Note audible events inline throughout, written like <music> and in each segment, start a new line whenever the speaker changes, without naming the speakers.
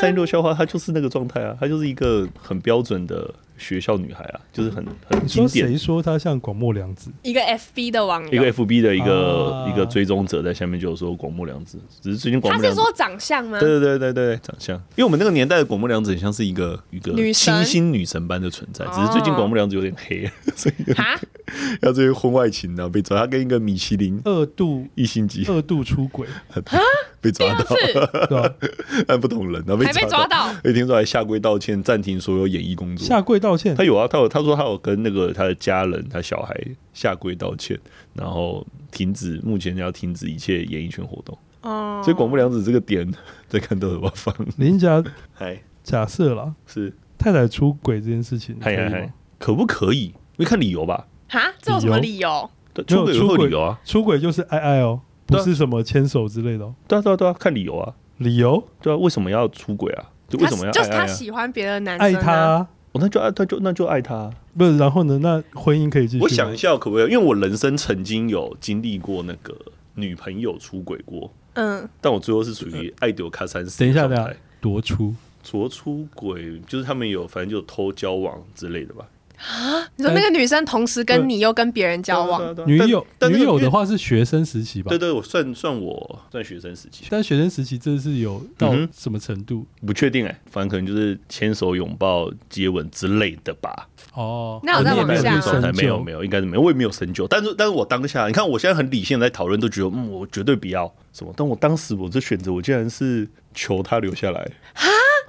三六校花她就是那个状态啊，她就是一个很标准的学校女孩啊，就是很很
你
经
说
典
谁说他像广末凉子？
一个 FB 的网
一个
友，
FB 的一个、
啊
一个追踪者在下面就有说广木凉子，只是最近广
他
木
是
凉子，
说长相吗？
对对对对对，长相，因为我们那个年代的广木凉子很像是一个一个
女神
清新女神般的存在，只是最近
哦
广木凉子有点黑， <laughs> 所以
哈，
她最近婚外情呢、被抓，她跟一个米其林
二度
一星级
二度出轨，
被
第
抓
二
到， <laughs>
次
对吧？
按不同人，然后被
还被
抓，
抓到，
被听说还下跪道歉，暂停所有演艺工作。
下跪道
<laughs>
歉
他，有啊，他有他说他有跟那个他的家人、他小孩下跪道歉，然后停止目前要停止一切演艺圈活动。
哦，
所以广木凉子这个点 <laughs> 在看到什么放？
人家
嗨，
假设啦，
是
太太出轨这件事情，可
嗨
以
嗨
吗
嗨？，可不可以？会看理由吧，
哈，这有什么理由？
对
没有
出轨
出
会有
轨
理由啊，
出轨就是爱爱哦，
对
不
啊
是什么牵手之类的、哦。
对啊对啊对啊，看理由啊，
理由
对啊，为什么要出轨啊？就为
他
什么要
就是
爱
他
爱啊？
喜欢别的男
爱
生
他
啊，
啊，
哦，那就爱，他就那就爱他啊。
不是？然后呢？那婚姻可以继续吗？
我想一下可不可以？因为我人生曾经有经历过那个女朋友出轨过，
嗯，
但我最后是属于爱丢卡三四
等一下，
状
等一
态
下。，多出
除出轨就是他们有，反正就偷交往之类的吧。
你说那个女生同时跟你又跟别人交往，
对啊对啊
女
对啊
友
但
女友的，
但那个
话是学生时期吧？
对对，我算算我算学生时期，
但学生时期这是有到
嗯哼
什么程度？
不确定哎、反正可能就是牵手、拥抱、接吻之类的吧。
哦，
那有再
我
往
们也
下
没
吗
有
状态
深究
没有没有，应该是没有，我也没有深究。但是但是我当下，你看我现在很理性地在讨论，都觉得嗯，我绝对不要什么。但我当时我这选择，我竟然是求他留下来。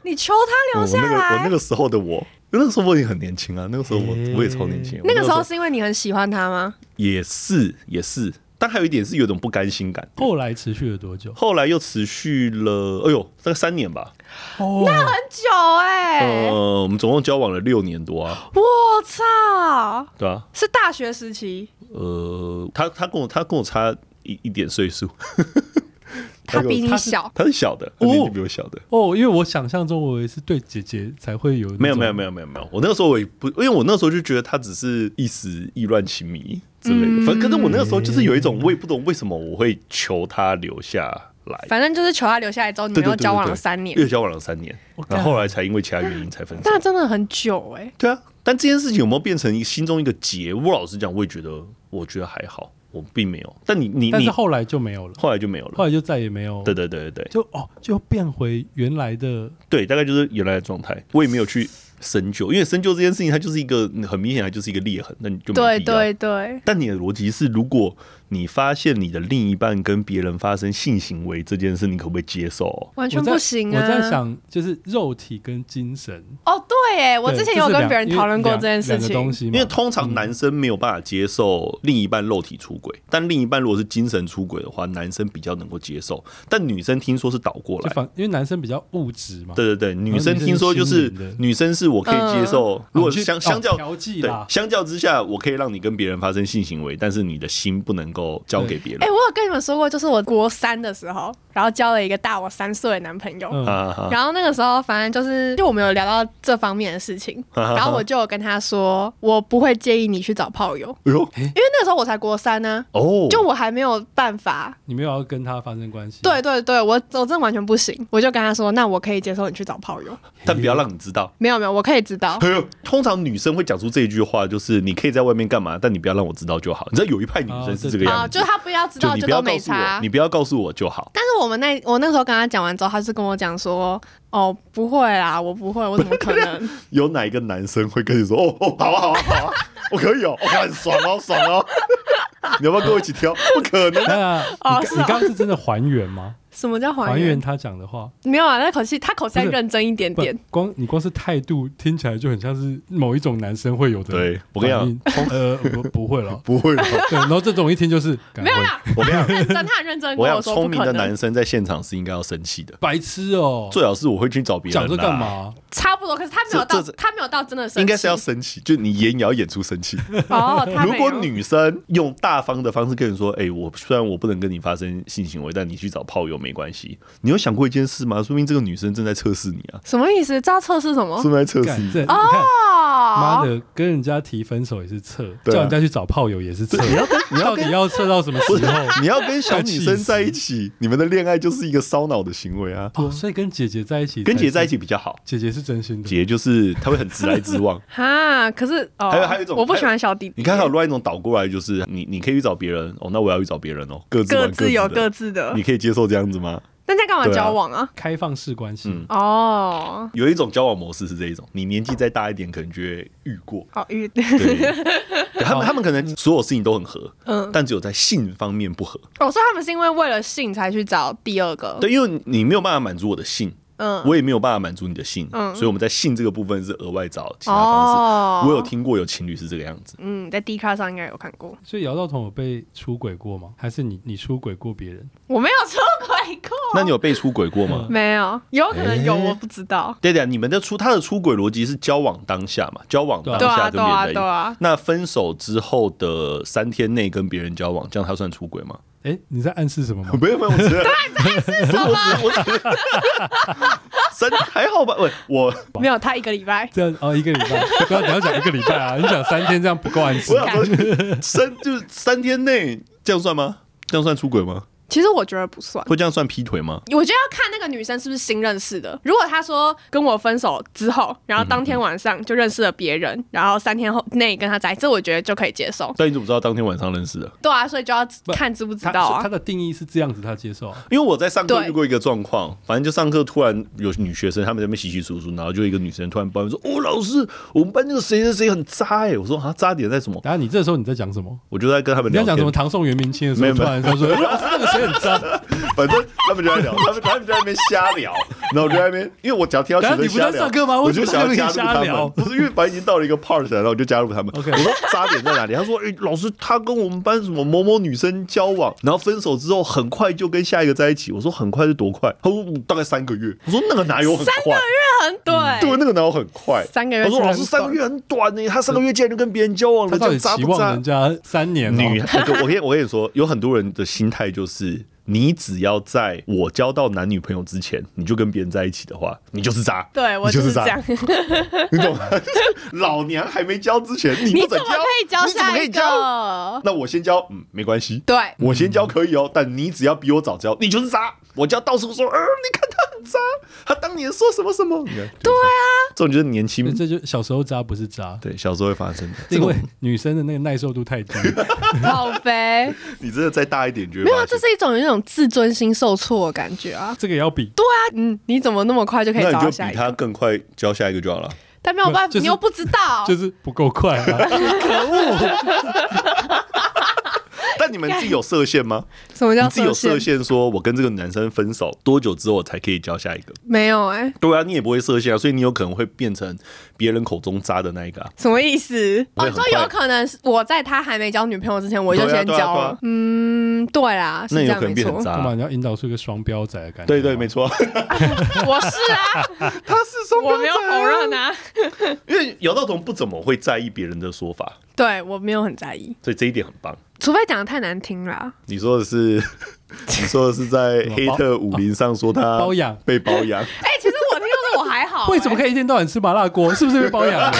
你求他留
我
下
那个我那
来。
个时候的我，那个时候我也很年轻啊，那个时候我
诶
我也超年轻。
那个时
我
候是因为你很喜欢他吗？
也是也是，但还有一点是有种不甘心感。
哦
后来持续了多久？
后来又持续了，哎呦，大概三年吧。
哦，
很久哎、哦
呃，我们总共交往了六年多啊，
我操，
对啊，
是大学时期，
呃，他他跟我他跟我差一一点岁数，
他比你
他是
小，
他是小的，他
哦
年纪比我小的。
哦，因为我想象中我也是对姐姐才会有
没有没有没
有，
有没有没有，我那个时候我也不，因为我那时候就觉得他只是一时意乱情迷之类
嗯
的，反正可是我那个时候就是有一种，我也不懂为什么我会求他留下来。
反正就是求他留下来之后，你
对
们
对
又
对对
交往
对
了三年，
又交往了三年，然后
干
后来才因为其他原因才分手。
那真的很久哎、
对啊，但这件事情有没有变成心中一个结？我老实讲，我也觉得，我觉得还好，我并没有。但你你
但
你
是后来就没有了，
后来就没有了。
后来就再也没有，
对对对对对
就哦就变回原来的
对，大概就是原来的状态。我也没有去深究，因为深究这件事情，它就是一个很明显，它就是一个裂痕，那你就没有
对
必要
对对，
但你的逻辑是，如果你发现你的另一半跟别人发生性行为这件事，你可不可以接受？
完
我
全
在
不行啊！
我在想，就是肉体跟精神。
哦，对哎，我
对
之前
这
有
是
跟
两
别人
因为
讨论过
两
这件事
两个东
情，
西嘛，
因为通常男生没有办法接受另一半肉体出轨，但另一半如果是精神出轨的话，男生比较能够接受。但女生听说是倒过
就
来，
反因为男生比较物质嘛，啊
对对对，女生
女生
听说就是
是心灵的
女生是我可以接
嗯
受，如果
你去
相
哦
相较
调剂
对
啦，
相较之下，我可以让你跟别人发生性行为，但是你的心不能够交给别人
哎、。我有跟你们说过，就是我国三的时候，然后交了一个大我三岁的男朋友。
嗯
啊哈
然后那个时候，反正就是，就我们有聊到这方面的
<laughs>
事情，
啊哈
然后我就有跟他说，我不会介意你去找炮友，
哎呦
因为那个时候我才国三呢、
哦，嗯
就我还没有办法。
你没有要跟他发生关系，
对对对，我我真的完全不行，我就跟他说，那我可以接受你去找炮友，
但不要让你知道。
没有没有，我可以知
<laughs>
道，
哎呦，通常女生会讲出这一句话，就是你可以在外面干嘛，但你不要让我知道就好。你知道有一派女生是这个
哦
啊，
样子，
就是他不要知道
你
就
不要告
都没
诉我
差，
你。不要告诉我就好。
但是我们那我那时候跟他讲完之后，他是跟我讲说，哦，不会啦，我不会，我怎么可能？
有哪一个男生会跟你说哦哦，好啊好啊
<laughs>
好啊，我可以哦，我、很爽哦爽哦，你要不要跟我一起挑？不可能。
那你刚
<laughs> 哦是哦
你刚刚是真的还原吗？
什么叫还
还
原
原？他讲的话，
没有啊，那口气，他口气再
不是
认真一点
不
点。
光你光是态度听起来就很像是某一种男生会有的反应。
对我跟你讲。
通，呃，不不会了
<laughs> 不
哦
会的，
对，然后这种一听就是敢
没有
会
啦，
我
他
跟你
很认真，他很认真地
我
跟
想
我说不
聪明的
可
男
能，
生在现场是应该要生气的，
白痴哦，
最好是我会去找别人、
讲
啊。
这干？嘛？
差不多。可是他没有到
这这，
他没有到真的生气，
应该是要生气，就你演也要演出生气。
哦。他
如
没有
果女生用大方的方式跟你说：“哎、我虽然我不能跟你发生性行为，但你去找炮友没关系。”你有想过一件事吗？说明这个女生正在测试你啊，
什么意思？知道测试什么
是？不是在测试
干
你？
这你看，
哦，
妈
好，。
的，跟人家提分手也是测，
对啊
叫人家去找炮友也是测
对，，你要跟你要
到
跟
底要测到什么时候？
你要跟小女生在一起，你们的恋爱就是一个烧脑的行为啊。
哦，所以跟姐姐在一起，
跟姐在一，起比较好，
姐姐是真心的。
姐就是她会很直来直往
<laughs> 哈，可是哦，
还有还有一种
我不喜欢小弟弟，
你看，还有另外一种倒过来，就是你你可以去找别人哦，那我要去找别人哦，各自
各
玩
自有各
的，
自的
你，可以接受这样子吗？
那这样干嘛
对啊
交往啊？
开放式关系，
嗯
哦，
有一种交往模式是这一种，你年纪再大一点，可能就会遇
<laughs>
过。
好遇，
对，对他们他们可能所有事情都很合，
嗯，
但只有在性方面不合。
哦，所以他们是因为为了性才去找第二个，，
对，因为你没有办法满足我的性，
嗯，
我也没有办法满足你的性，
嗯
所以我们在性这个部分是额外找其他方式。
哦，
我有，听过有情侣是这个样子，
嗯，在 D 卡上应该有看过，
所以姚道彤有被出轨过吗？还是你你出轨过别人？
我没有出轨过，
那你有被出轨过吗？
没有？有可能有，
诶
我不知道。
对的，你们的出他的出轨逻辑是交往当下嘛，交往当
对啊，
下
对
跟别人
啊，
在一
对
起。
啊，
那分手之后的三天内跟别人交往，这样他算出轨吗？
哎、你在暗示什么吗？
没有没有，我只是不是我只是我只是三还好吧？喂，我
没有他一个礼拜，
这样哦，一个礼拜，
<laughs>
不要你要讲一个礼拜啊，你讲三天这样不够暗示
我。想说三就是三天内这样算吗？这样算出轨吗？
其实我觉得不算。
会这样算劈腿吗？
我觉得要看那个女生是不是新认识的。如果她说跟我分手之后，然后当天晚上就认识了别人，然后三天后内跟他在一起，这我觉得就可以接受。
但你怎么知道当天晚上认识的？
对啊，所以就要
不
看知不知
他
道啊
他。的定义是这样子，他接受啊。
因为我在上课
对
遇过一个状况，反正就上课突然有女学生，她们在那边洗洗簌簌，然后就一个女生突然抱怨说：“哦，老师，我们班那个谁谁谁很渣哎、我说：“啊，渣点在什么
然后你这时候你在讲什么？？”
我就在跟他们
你
聊
要讲
天
什么？，唐宋元明清的时
没有
候，突
没有
然说说，哎老师那个谁很脏，
反正他们就在聊，他们他们就在那边瞎聊，然后我就在那边，因为我只要听到学
等
生
一下
瞎
你不是在
聊，
上课吗
我就
为什
想要
么
加入
在那边
他
瞎聊
们，不是因为反正已经到了一个 part 了，然后我就加入他们。
OK
我说渣点在哪里？他说，哎、老师，他跟我们班什么某某女生交往，然后分手之后很快就跟下一个在一起。我说很快是多快？他说、嗯大概三个月。我说那个哪有很快？
很 <laughs> 对，
嗯对，那个哪有很快？
三个月
我说
是
老
很
师，三个月很短呢、他三个月竟然就跟别人交往
他
了，
到
这
底
样渣
期
不
望
渣
人？家三年、哦？
女， <laughs> 我跟我跟你我跟你说，有很多人的心态就是，你只要在我交到男女朋友之前，你就跟别人在一起的话，你就是渣。
对我
你就
就是
是
这
渣
样。
<laughs> 你懂吗？ <laughs> 就是老娘还没交之前，你
你
不
怎
准
么
交
可，以交
你怎么
下
可以
一
交？
个？
那我先交，嗯，没关系。
对，
我先交可以哦，但你只要比我早交，你就是渣。我就要到处说，呃，你看他很渣，他当年说什么什么。 <laughs> 对
<laughs>
啊，这种就是年轻
对，这就小时候渣不是渣，
对小时候会发
<laughs>
生的。这
因
种
为女生的那个耐受度
<laughs>
太低。
好呗，
你真的再大一点，就会
没有
发
啊，
现
这是一种有那种自尊心受挫的感觉啊。
这个也要比，
啊嗯，你怎么那么快就可以
那
找
你
到
就
下
比
一个？
他更快交下一个就 <laughs> 好了。
但没有
不
办法，
就是
你又不知
啊
道，
就是不够快、啊。
但你们自己有设限
<laughs>
吗？
什么叫
你自己有设
限？
限，说我跟这个男生分手多久之后我才可以交下一个？
没有哎，
对啊，你也不会设限啊，所以你有可能会变成别人口中渣的那一个、啊。
什么意思？
会
哦，
很
你说
快
有可能是我在他还没交女朋友之前，我就
对啊
先
对啊
交
对
了。
啊
嗯，对啦，是
那
这
有
样
可能
没
变
错
成。渣
干
啊、
嘛你要引导出一个双标仔的感觉？
对对，没。 <laughs> 错，
我是
<laughs>
啊，
他是双
我没有否认啊，
因为姚道彤不怎么会在意别人的说法，
对我没有很在意，
所以这一点很棒。
除非讲的太难听啦。
你说的是， <laughs> 你说的是在黑特武林上
<laughs>
说他
包养
被包养，
哎，其实我听到的我还好欸。
为什么可以一天到晚吃麻辣锅？是不是被包
<laughs>
养了？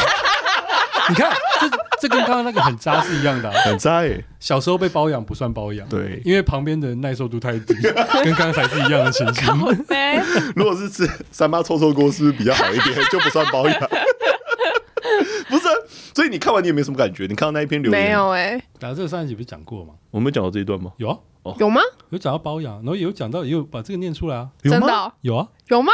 你看，这这跟刚刚那个很渣是一样的啊、
很渣耶、
小时候被包养不算包养，
对
因为旁边的人耐受度太低， <laughs> 跟刚才是一样的情形。
哎？
如果是吃三八臭臭锅，是不是比较好一点？就不算包养。不是啊、所以你看完你也没什么感觉。你看到那一篇 <laughs> 留言，
没有哎，
然后这个上一集不是讲过吗？
我们有讲到这一段吗？
有啊，
有吗？
有讲到包养，然后也有讲到，也有把这个念出来啊。
有
真
吗
的哦
有啊，
有吗？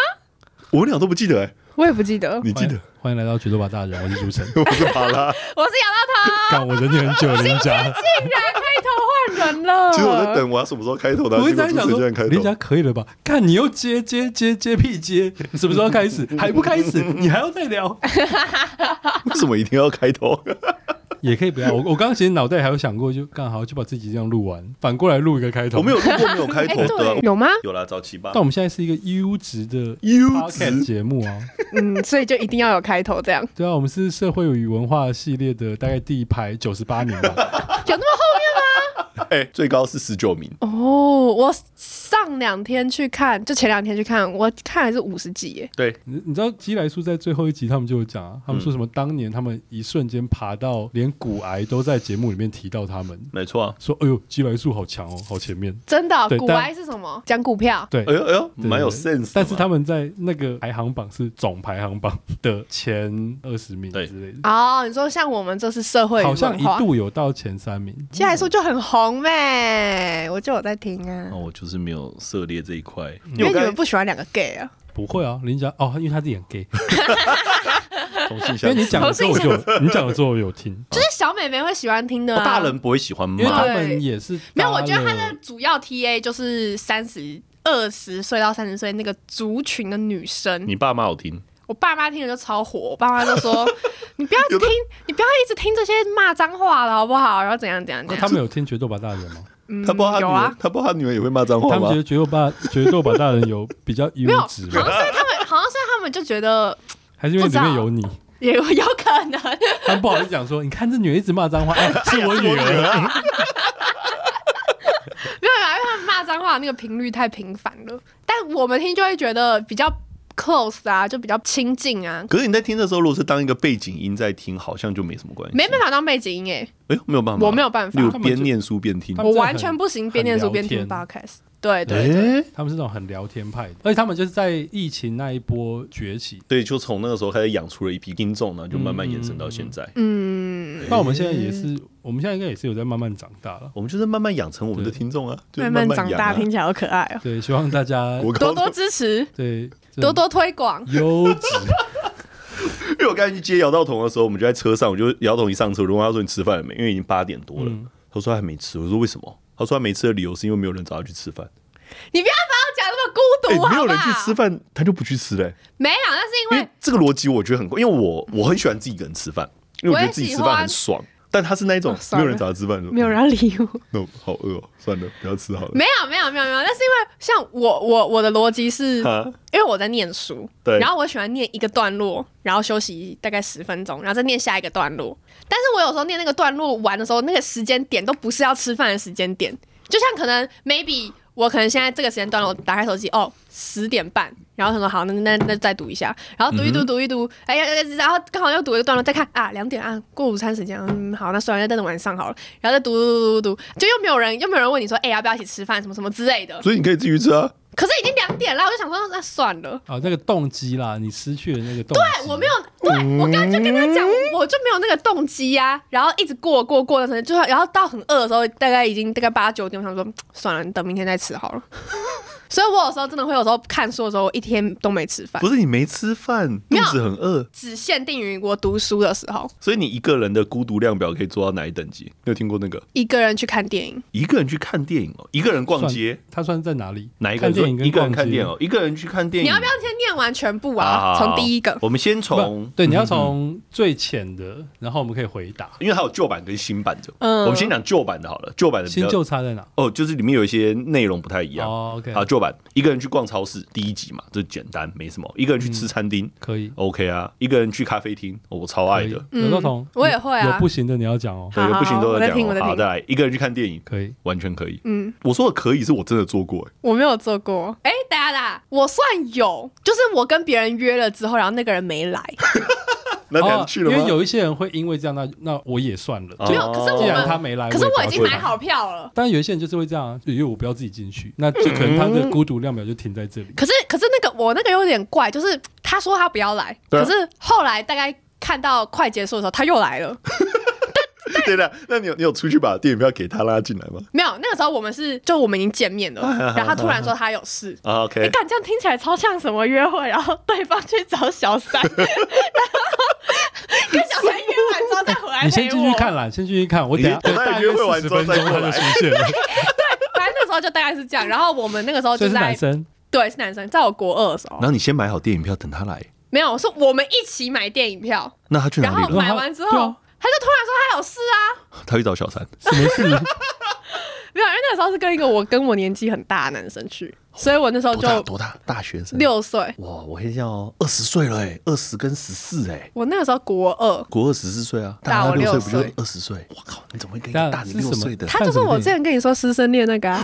我们俩都不记得哎、
我也不记得，
你记得？
欢迎来到举头吧大人，我是主持人。
我是巴
<laughs>
拉。
我是咬到头，
<laughs> 干，我忍你很久了，林家。
竟然开头换人了。
其实我在等我要什么时候开头的、啊
我一
结果
直在
主
想
持
说
人开，
林家
头。
可以了吧？看你又接接接接屁接，什么时候开始？还不开始？你还要再聊？
为什么一定要开头？
<laughs> 也可以不要。我我刚刚其实脑袋还有想过，就刚好就把自己这样录完，反过来录一个开头。
我们有录过没有开
哎，
头的啊
对，？有吗？
<laughs> 有啦，早期吧
但。我们现在是一个优质的
优
podcast
质
节目啊，
嗯，所以就一定要有开头这 <laughs> 样。
对啊，我们是社会与文化系列的大概第排九
<laughs>
十八名吧。
有那么
哎，最高是十九名，
厚？哦，我上两天去看，就前两天去看，我看还是五十几耶，
对，
你你知道基莱叔在最后一集他们就有讲啊，他们说什么当年他们一瞬间爬到连骨癌都在节目里面提到他们，
没错啊。
说哎呦基莱叔好强哦，好前面。
真的哦、
对
股
但
癌是什么？讲股票，
对，
哎呦哎呦，
对
蛮有
对
sense 的嘛。
但是他们在那个排行榜是总排行榜的前二十名
对
之类的，
哦，你说像我们这是社会与
好像
文
一
化，
度有到前三名。
基莱叔就很红呗，我就有在听啊
哦那，我就是没有涉猎这一块，
因
因为
为你
我
们
刚
不喜欢两个 gay 啊，
不会啊，林家哦，因为他是演 gay，
才同性
因
相
为你
斥，
讲的时候我就你讲的时候我有
<laughs>
听，
就是小美眉会喜欢听的、
哦
啊，
大人不会喜欢
因为他
骂，
们也是
没有，我
搭
觉得他
了
的主要 TA 就是三十二十岁到三十岁那个族群的女生。
你爸妈好听，
我爸妈听了就超火，我爸妈就
<laughs>
说：“你不要听，你不要一直听这些骂脏话了，好不好？”然后怎样怎样怎
那
样。
他们有听《决斗吧大人》吗？
嗯
哦他不知道他
有
女儿
啊，，
他 <laughs> 不知道他女儿也会骂脏话
他们觉
吗
得？《决斗吧 <laughs> 决斗吧大人》有比较优
没有，好像
质
是
吗？
他们，好像是他们就觉得
还是因为里面有你？
也有有可能， <laughs>
他们不好意思讲说，你看这女儿一直骂脏话，哎，是我女儿。
没有啊，因为他们骂脏话的那个频率太频繁了。但我们听就会觉得比较 close 啊，就比较亲近啊，
可是你在听的时候，如果是当一个背景音在听，好像就没什么关系。
没办法当背景音诶、
哎呦，没有办法，
我没有办法
你有边念书边听
他。们
我
真的
完
很
全不行，边念书边听
很聊
podcast。对对对
哎，
他们是那种很聊天派的，而且他们就是在疫情那一波崛起。
所以就从那个时候开始养出了一批听众呢，就慢慢延伸到现在。
嗯，
那我们现在也是，我们现在应该也是有在慢慢长大了。
我们就是慢慢养成我们的
对
听众啊，就是慢
慢慢
慢
长
养
大，
啊
听起来好可爱哦。
对，希望大家
我
多
高
多
中，
支持，
对
多多推广。
优质。
因
<laughs>
为我刚才去接姚道彤的时候，我们就在车上，我就姚道彤一上车，我就问他说你吃饭了没？因为已经八点多了，
嗯
他说他还没吃，我说为什么？他说他没吃的理由是因为没有人找他去吃饭，
你不要把我讲那么孤
哎、
独，
没
好
有
不
人去吃
好？
饭，他就不去吃嘞、
没有，那是因
因为
为
这个逻辑我觉得很怪，因为我我很喜欢自己一个人吃饭，因为我觉得自己吃饭很爽。但他是那一种
哦
没
算了
有人找他吃饭，
没有人要理我。
那我好饿哦，算了，不要吃好了。
没有，没有，没有，没有。那是因为像我，我我的逻辑是，
哈
因为我在念书，
对
然后我喜欢念一个段落，然后休息大概十分钟，然后再念下一个段落。但是我有时候念那个段落完的时候，那个时间点都不是要吃饭的时间点，就像可能 maybe 我可能现在这个时间段落，我打开手机哦，十点半，然后他说好，那那那再读一下，然后读一读读一读，哎呀，呀呀然后刚好又读一个段落，再看啊，两点啊，过午餐时间，嗯，好，那算了，再等晚上好了，然后再读读读读读，就又没有人又没有人问你说，哎、要不要一起吃饭什么什么之类的，
所以你可以自己去吃啊。
可是已经两点了，我就想说那算了。
啊，那个动机啦，你失去了那个动机。
我没有，对我刚刚就跟他讲，我就没有那个动机呀、然后一直过过过的时候，就是然后到很饿的时候，大概已经大概八九点，我想说嗯算了，你等明天再吃好了。 <laughs> 所以我有时候真的会有时候看书的时候，我一天都没吃饭
不，是你没吃饭，肚
没有
子很饿，
只限定于我读书的时候，
所以你一个人的孤独量表可以做到哪一等级？你有听过那个
一个人去看电影。
一个人去看电影哦，一个人逛
算
街，，
他算在哪里？
哪一个
看
人
电影跟
一个人
逛
看
街
电影哦，一个人去看电
你
影，
要不要先念完全部
好好
啊？
好
从第一个，
我们先
不
从，嗯
对，你要从最浅的，然后我们可以回答。
因为它有旧版跟新版的，
嗯
我们先讲旧版的好了，旧版的呃比
新
较
旧差在哪？
哦，就是里面有一些内容不太一样。
哦，OK，
好，旧版一个人去逛超市，第一集嘛，这简单没什么。一个人去吃餐厅、
嗯
可以。
o k 啊；一个人去咖啡厅，哦我超爱的。
可以有道彤，
我也会啊
有不行的你要讲哦，
对，
嗯好
不行都
我
在
在
讲
听我
哦。
在
好，
听
再来一个人去看电影，
可以。
完全可以。
嗯，哦
我说的可以是我真的做过、欸，
我没有做过。哎，等一下等一下，我算有，就是我跟别人约了之后，然后那个人没来，
那等下
哦，
去
因
了
为
吗？
有一些人会因为这样，那那我也算了。
哦
没有。可是我
既然
们，
他没来，
可是
我
我
也
已
不要
经买
管他
好票了。
当然有一些人就是会这样啊，因为我不要自己进去，那就可能他的孤独量表就停在这里。
可是可是那个我那个有点怪，就是他说他不要来，
对啊
可是后来大概看到快结束的时候他又来了。
<laughs> 对的，那你有你有出去把电影票给他拉进来
<laughs>
吗
没有，那个时候我们是就我们已经见面了，
哎
然后他突然说他有事。
啊
你
？OK，
敢这样听起来超像什么约会？然后对方去找小
<laughs>
三，然后跟小三约完之后再回来陪我。
你先进去看啦，先进去看，我等下
你等他
大
约
约
会完
十
之后
分钟
再过
他就
来
出现了，
<laughs>
反正那时候就大概是这样。然后我们那个时候
所
就
以是男
在
生。
对是男生，在我国二的时候
然后你先买好电影票，等他来。
没有，是我们一起买电影票，
那他去
然
哪
后
里了？
买完之后
对啊
他就突然说他有事啊。
他去找小三。 <laughs>
什么事？
没有，因为那个时候是跟一个我跟我年纪很大的男生去，所以我那时候
多哦大
哦就
多大？大学生。
六岁，
哇，我现在要二十岁了哎、欸，二十跟十四哎，
我那个时候国二。
国二十四岁啊，大
大我
六岁
六
不就
岁
二十岁？我靠，你怎么会跟一
大
个大你
是
六
什么
岁的？
他就是我之前跟你说师生恋那个、啊，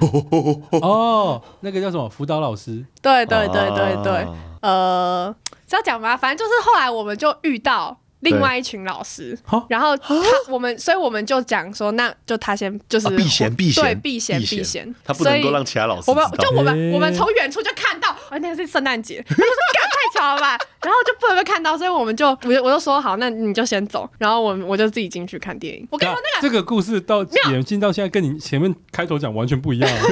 哦，那个叫什么辅导老师，
对对对对对，
啊
呃，这样讲吧，反正就是后来我们就遇到另外一群老师
哈，
然后他我们，所以我们就讲说，那就他先就是
啊避嫌避嫌
对避嫌
避嫌
避嫌，
他不
所
能
以
够让其他老师
我们
知道
就我们
欸
我们从远处就看到，哎，那个是圣诞节，他 <laughs> 就说干太巧了吧，然后就不能被看到，所以我们就我就我就说好，那你就先走，然后我们我就自己进去看电影。我跟你说那
这个故事到
有
演进到现在，跟你前面开头讲完全不一
<laughs>
样啊。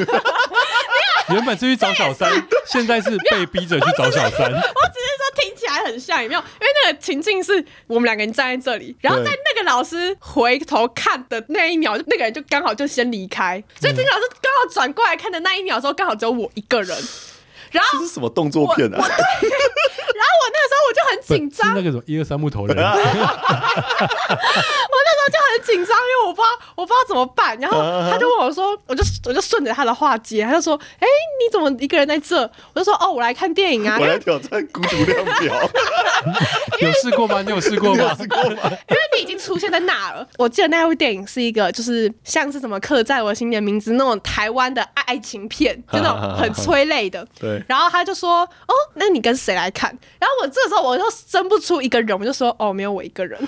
原本是去找小三，现在是被逼着去找小三。
我只是说听起来很像，有没有？因为那个情境是我们两个人站在这里，然后在那个老师回头看的那一秒，那个人就刚好就先离开，所以这个老师刚好转过来看的那一秒的时候，刚好只有我一个人。然后
这是什么动作片啊？
然后我那时候我就很紧张，
不是那个什么一二三木头人，
我那时候就很紧张，因为我不知道我不知道怎么办。然后
啊
他就问我说，我就我就顺着他的话接，他就说：“哎，你怎么一个人在这？”我就说：“哦，我来看电影啊。”因
我
为
来挑战孤独量
<laughs>
表，
有试过吗？你有试过
<laughs> 你有
<laughs>
吗？
试过吗？
因为你已经出现在那了。 <laughs> 我记得那部电影是一个，就是像是什么刻在我心里的名字那种台湾的爱情片，就那种很催泪的。
对，
然后他就说：“哦，那你跟谁来看？”然后我这时候我就生不出一个人，我就说：“哦，没有我一个人。” <laughs>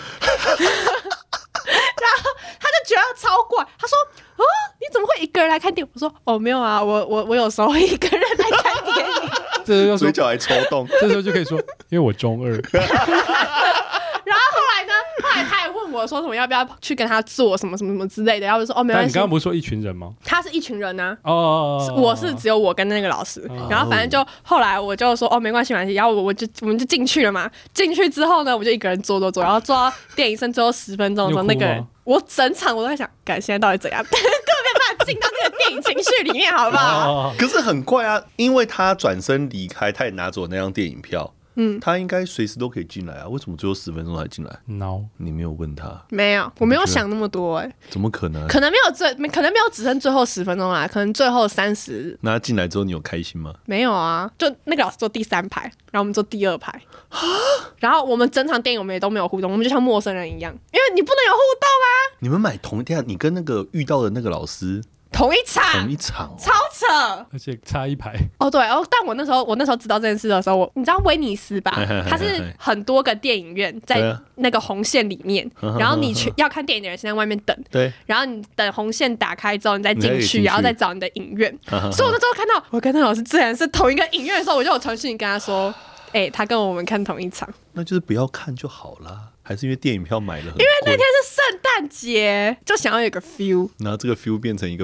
然后他就觉得超怪，他说：“哦，你怎么会一个人来看电影？”我说：“哦，没有啊，我我我有时候会一个人来看电影。” <laughs>
这时候就
嘴
说，
角还抽动。
这时候就可以说，因为我中二，
然后后来呢？后来他也问我说什么要不要去跟他做什么什么什么之类的，然后我就说哦没
但
关
你
系
刚，刚不是说一群人吗？
他是一群人呢、
哦，
我是只有我跟那个老师，
哦
然后反正就后来我就说哦没关系没关系，然后我我就我们就进去了嘛，进去之后呢，我就一个人坐坐坐，然后坐到电影剩最后十分钟的时候，
你有
那
哭
个
吗
人我整场我都在想，感现在到底怎样， <laughs> 根本没办法进到那个电影情绪里面，好不好？
哦，
可是很快啊，因为他转身离开，他也拿走那张电影票。嗯，他应该随时都可以进来啊，为什么只有十分钟才进来？
挠
你没有问他，
没有，我没有想那么多哎、
怎么可能？
可能没有最，可能没有只剩最后十分钟啦，可能最后三十
那他进来之后，你有开心吗？
没有啊，就那个老师坐第三排，然后我们坐第二排，然后我们整场电影我们也都没有互动，我们就像陌生人一样，因为你不能有互动啊。
你们买同一下，你跟那个遇到的那个老师
同一场，
同一场哦，
超扯
而且差一排，
哦。对哦，但我那时候我那时候知道这件事的时候，我你知道威尼斯吧
嘿嘿嘿嘿？嘿
它是很多个电影院
对
在
啊
那个红线里
<laughs>
面，然后你去要看电影的人先在外面等，
对，啊
然后你等红线打开之后，你再
你
进
再进
去，
去
然后再找你的影
<laughs>
院。
哈哈
所以我那时候看到我跟那老师自然是同一个影院的时候，我就有传讯跟他说。哎、他跟我们看同一场，
那就是不要看就好啦。还是因为电影票买了很贵，
那天是圣诞节，就想要有个 feel。
然后这个 feel 变成一个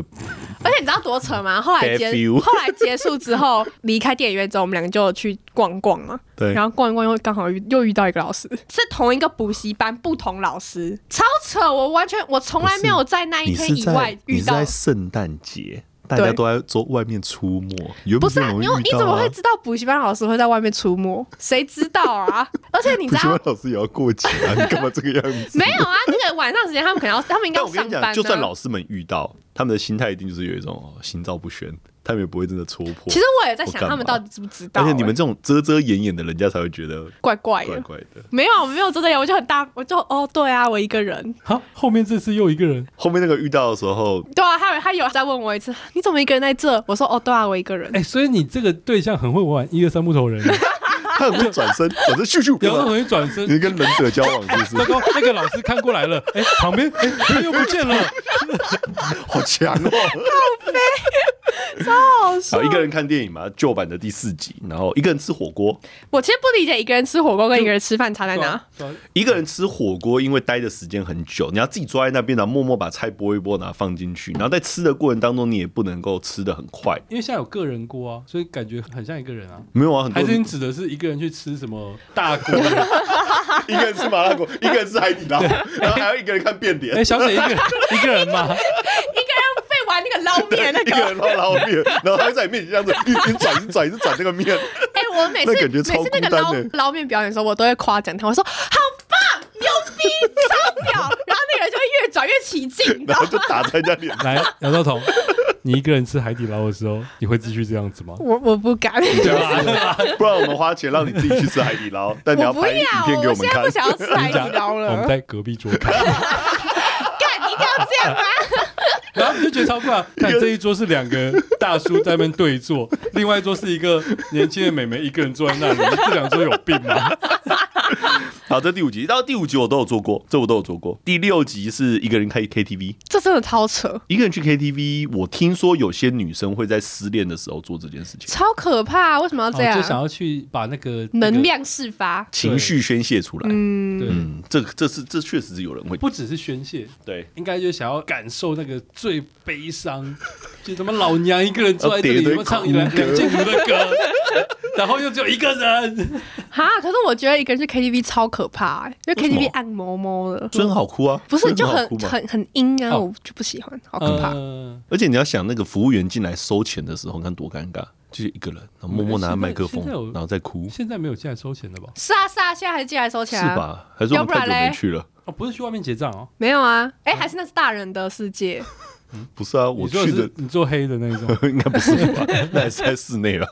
而且你知道多扯吗？后来
Bad
结
<laughs> view
后来结束之后，离开电影院之后，我们两个就去逛逛嘛。
对
然后逛一逛又刚好遇又遇到一个老师，是同一个补习班不同老师，超扯！我完全我从来没有在那一
你
天
是
以
在
外
你
遇
是
到
在。圣诞节，大家
对
都在做外面出没，原
不
本
是
就
啊，
容
你
易
有
遇
你
到
怎么会
啊。
知道补习班老师会在外面出没？谁知道
<laughs>
啊？而且你
补
知
习
道
班老师也要过节
<laughs>
啊，你干嘛这个样子？
没有啊？那个晚上时间他们可能要，他们应该
但
要
我跟
上
你
班、啊。
讲，就算老师们遇到，他们的心态一定就是有一种哦心照不宣，他们也不会真的戳破。
其实我也在
我
想，
干嘛
他们到底欸知不知道、
而且你们这种遮遮掩掩的，人家才会觉得
欸怪怪的，
怪怪的。
没有没有真的有，我就很大，我就哦对啊，我一个人。
好，后面这次又一个人，
后面那个遇到的时候，
对啊，他有他有再问我一次，你怎么一个人在这？我说哦，对啊，我一个人。
哎，所以你这个对象很会玩一二三木头人，
他很会转身，转身咻咻，
然后很会转身
你，是跟忍者交往是不
糟
是？
糕，那个老师看过来了，哎，旁边哎他又不见 <laughs> 了，
好强哦！
好
好，
笑
一个人看电影嘛，旧版的第四集，然后一个人吃火锅，
我其实不理解一个人吃火锅跟一个人吃饭差在哪。
对啊
一个人吃火锅，因为待的时间很久，你要自己坐在那边，然后默默把菜剥一剥，然后放进去，然后在吃的过程当中，你也不能够吃的很快。
因为现在有个人锅啊，所以感觉很像一个人啊。
没有啊，很多
还是
人
你指的是一个人去吃什么大锅？
一个人吃麻辣锅， <laughs> 一个人吃海底捞，然后还要一个人看变
哎，
脸，
小姐一个 <laughs> 人一个人嘛，
<laughs> 一个人被玩那个捞面
<laughs>
那
一个
个，
人捞捞面，然后他在你面前这样子一直转一直转一直转那个面，
哎、我每次
那感觉
每
超
次那个
孤单欸
捞
的
捞面表演的时候，我都会夸奖他，我说好棒，牛逼，
<laughs>
超屌。然后那个人就会越转越起劲，你知
然
道
后
吗？
就打在人家脸上。
来，姚兆彤，你一个人吃海底捞的时候，你会继续这样子吗？
我我不敢，
对吧？不然我们花钱让你自己去吃海底捞，但你
我
要
不
拍影片
要，
给
我
们
现在
看
不。想要吃海底捞
<laughs>
我们
了。
在隔壁桌看，
干，你一定要这样吗？
然后你就觉得超 <laughs> 怪啊。看这一桌是两个大叔在那边对坐，另外一桌是一个年轻的美眉一个人坐在那里，这两桌有病
<laughs>
吗？
哦
好，这第五集，到第五集我都有做过，这我都有做过。第六集是一个人开 KTV，
这真的超扯，
一个人去 KTV，我听说有些女生会在失恋的时候做这件事情，
超可怕！为什么要这
哦
样？
就想要去把那个
能，量释发，
情绪宣泄出来。
那
嗯，
个对，
嗯，这这是这确实是有人会
不只是宣泄，
对。
应该就想要感受那个最悲伤， <laughs> 就怎么老娘一个人坐在这
要叠
里，有
一堆
没有唱一两
哭歌
两千古的歌，然后又只有一个人，
哈，可是我觉得一个人去 KTV 超可怕、欸，因为
为什么
KTV 暗摸摸的，
真好哭啊！
不是
真
就
好
很
哭嘛
很很阴啊，
哦
我就不喜欢，好可怕。
呃
而且你要想，那个服务员进来收钱的时候，你看多尴尬，就是一个人，然后默默拿着麦克风
现在有，
然后再哭，
现在没有进来收钱的吧？
是啊是啊，现在还进来收
是
钱啊？
吧？还是我
要
们
不然
太久没
嘞
去了？
哦，不是去外面结账哦，
没有啊，哎、还是那是大人的世界，
不是啊，
你
我
做的
去的
是你做黑的那
<laughs>
种，
应该不是吧？那也是在室内吧。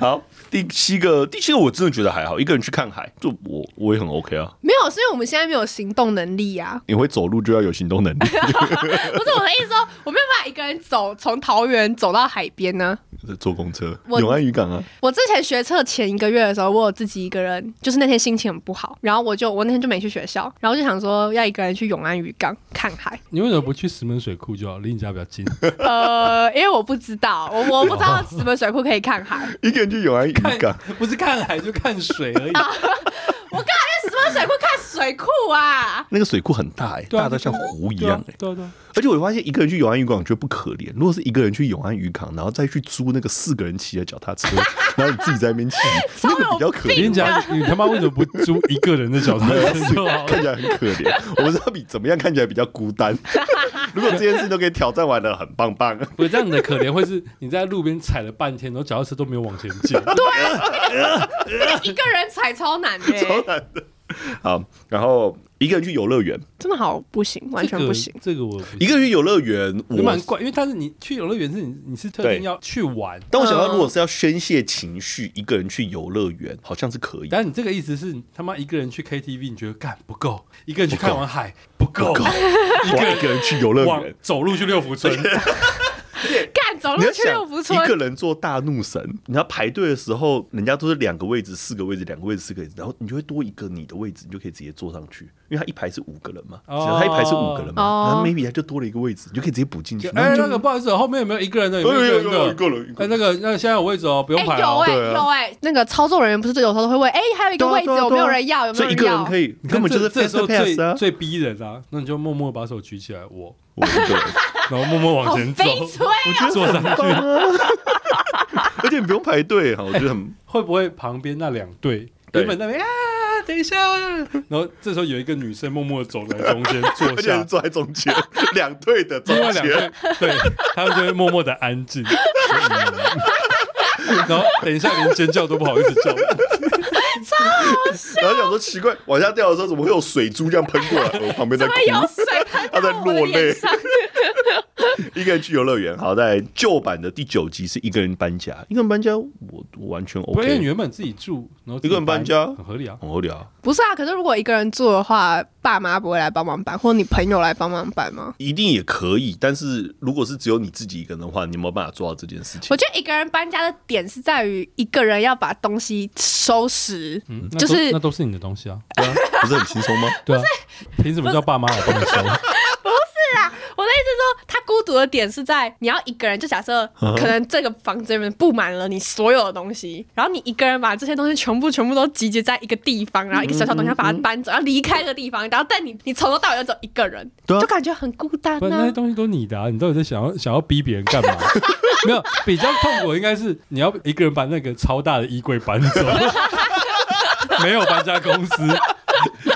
好，第七个，第七个我真的觉得还好，一个人去看海，就我我也很 OK 啊。
<laughs> 没有，是因为我们现在没有行动能力啊。
你会走路就要有行动能力，
<laughs> 不是我的意思说，我没有办法一个人走从桃园走到海边呢、
坐公车，
我
永安渔港啊，
我之前学测前一个月的时候，我有自己一个人，就是那天心情很不好，然后我就我那天就没去学校，然后就想说要一个人去永安渔港看 <laughs> 海。
你为什么不去石门水库就好？离你家比
<laughs>
较近，
呃，因为我不知道，我我不知道石门水库可以看 <laughs> 海，
一个人去永安渔
看
港，
不是看海就看水而已。
<laughs>
我干嘛去石门水库看水库啊？
那个水库很大哎、
对啊
大到像湖一
对啊
样哎、
对啊对啊，
而且我发现一个人去永安渔港，我觉得不可怜。如果是一个人去永安渔港，然后再去租那个四个人骑的脚踏车，然后你自己在那边骑，
超
那个比
有
较可
我跟
怜
你。讲，你他妈为什么不租一个人的脚
<laughs>
踏车就好？ <laughs>
看起来很可怜，我不知道比怎么样看起来比较孤单。 <laughs> 如果这件事都可以挑战完了，很棒棒。
我这样的可怜会是你在路边踩了半天，然后脚踏车都没有往前进。
一个人踩超难的、欸
好，然后一个人去游乐园，
<laughs> 真的好不行， <laughs> 完全不行。
这个，这个我不
一个人去游乐园，
也
我
蛮怪，因为他是你去游乐园是你你是特
对
定要去玩，
但我想到，如果是要宣泄情绪，一个人去游乐园好像是可以。
但你这个意思是他妈一个人去 KTV 你觉得干不够，一个人去看完海不够，
一个一个人去游乐
往
园，
走路去六福村，
干走
你
路
要
去六福
想一个
村，
人做大怒神，你要排队的时候，人家都是两个位置、四个位置、两个位置、四个位置，然后你就会多一个你的位置，你就可以直接坐上去，因为他一排是五个人嘛，
哦
只要他一排是五个人嘛，然后
哦
maybe 他就多了一个位置，你就可以直接补进去
就。
然后
哎
你就
那个不好意思，后面有没有一个人的？有没有一个
有有有一
人的？
个人一个
哎
人
那个那个现在有位置哦，不用
哎、
排
有
哦
哎、。
对啊
有哎、那个操作人员不是就有时候会问，哎、还有一个位置、
对啊对啊对啊
有没有人要？有没
所
有
以一个人
要
可？以
你看
根本就是
这这
fast
时候
pass 啊
最，最逼人啊，那你就默默把手举起来，我，
我一个人
然后默默往前走，
好哎悲催
我就坐上去。
<laughs> 而且你不用排队哈，我觉得很
会不会旁边那两队
对
原本那边啊，等一下、 <laughs> 啊，然后这时候有一个女生默默地走在中间坐
而且是
下，
坐在中
<laughs>
间，两队的中
另外两
间
队，对，他们就会默默的安静。 <laughs> 然后等一下，连尖叫都不好意思叫，
然后想说奇怪，往下掉的时候怎么会有水珠这样喷过来？我旁 <laughs> 边在
<laughs> 怎
哭
么，有水喷
<laughs> 他在
到我的
落泪
脸上？ <laughs>
一个人去游乐园。好，在旧版的第九集是一个人搬家，一个人搬家我我完全
不是因为你
OK，
原本自己住，然后
一个人搬家
很合理啊。
很无聊。
不是啊，可是如果一个人住的话，爸妈不会来帮忙搬，或者你朋友来帮忙搬吗？
一定也可以，但是如果是只有你自己一个人的话，你有没有办法做到这件事情
我？觉得一个人搬家的点是在于一个人要把东西收拾，
嗯，那
就
都
是
那都是你的东西啊，
对啊不是很轻
<laughs>
松吗？
对啊，凭什么叫爸妈来帮你收？
我的意思是说，他孤独的点是在你要一个人，就假设
嗯
可能这个房子里面布满了你所有的东西，然后你一个人把这些东西全部全部都集结在一个地方，然后一个小
嗯
小东西要把它搬走，要离开这个地方，然后但你你从头到尾就只有一个人，
对啊
就感觉很孤单
不，那些
啊。
东西都你的啊，你到底在想要想要逼别人干嘛？ <laughs> 没有，比较痛苦的应该是你要一个人把那个超大的衣柜搬走， <laughs> 没有搬家公
<laughs>
司，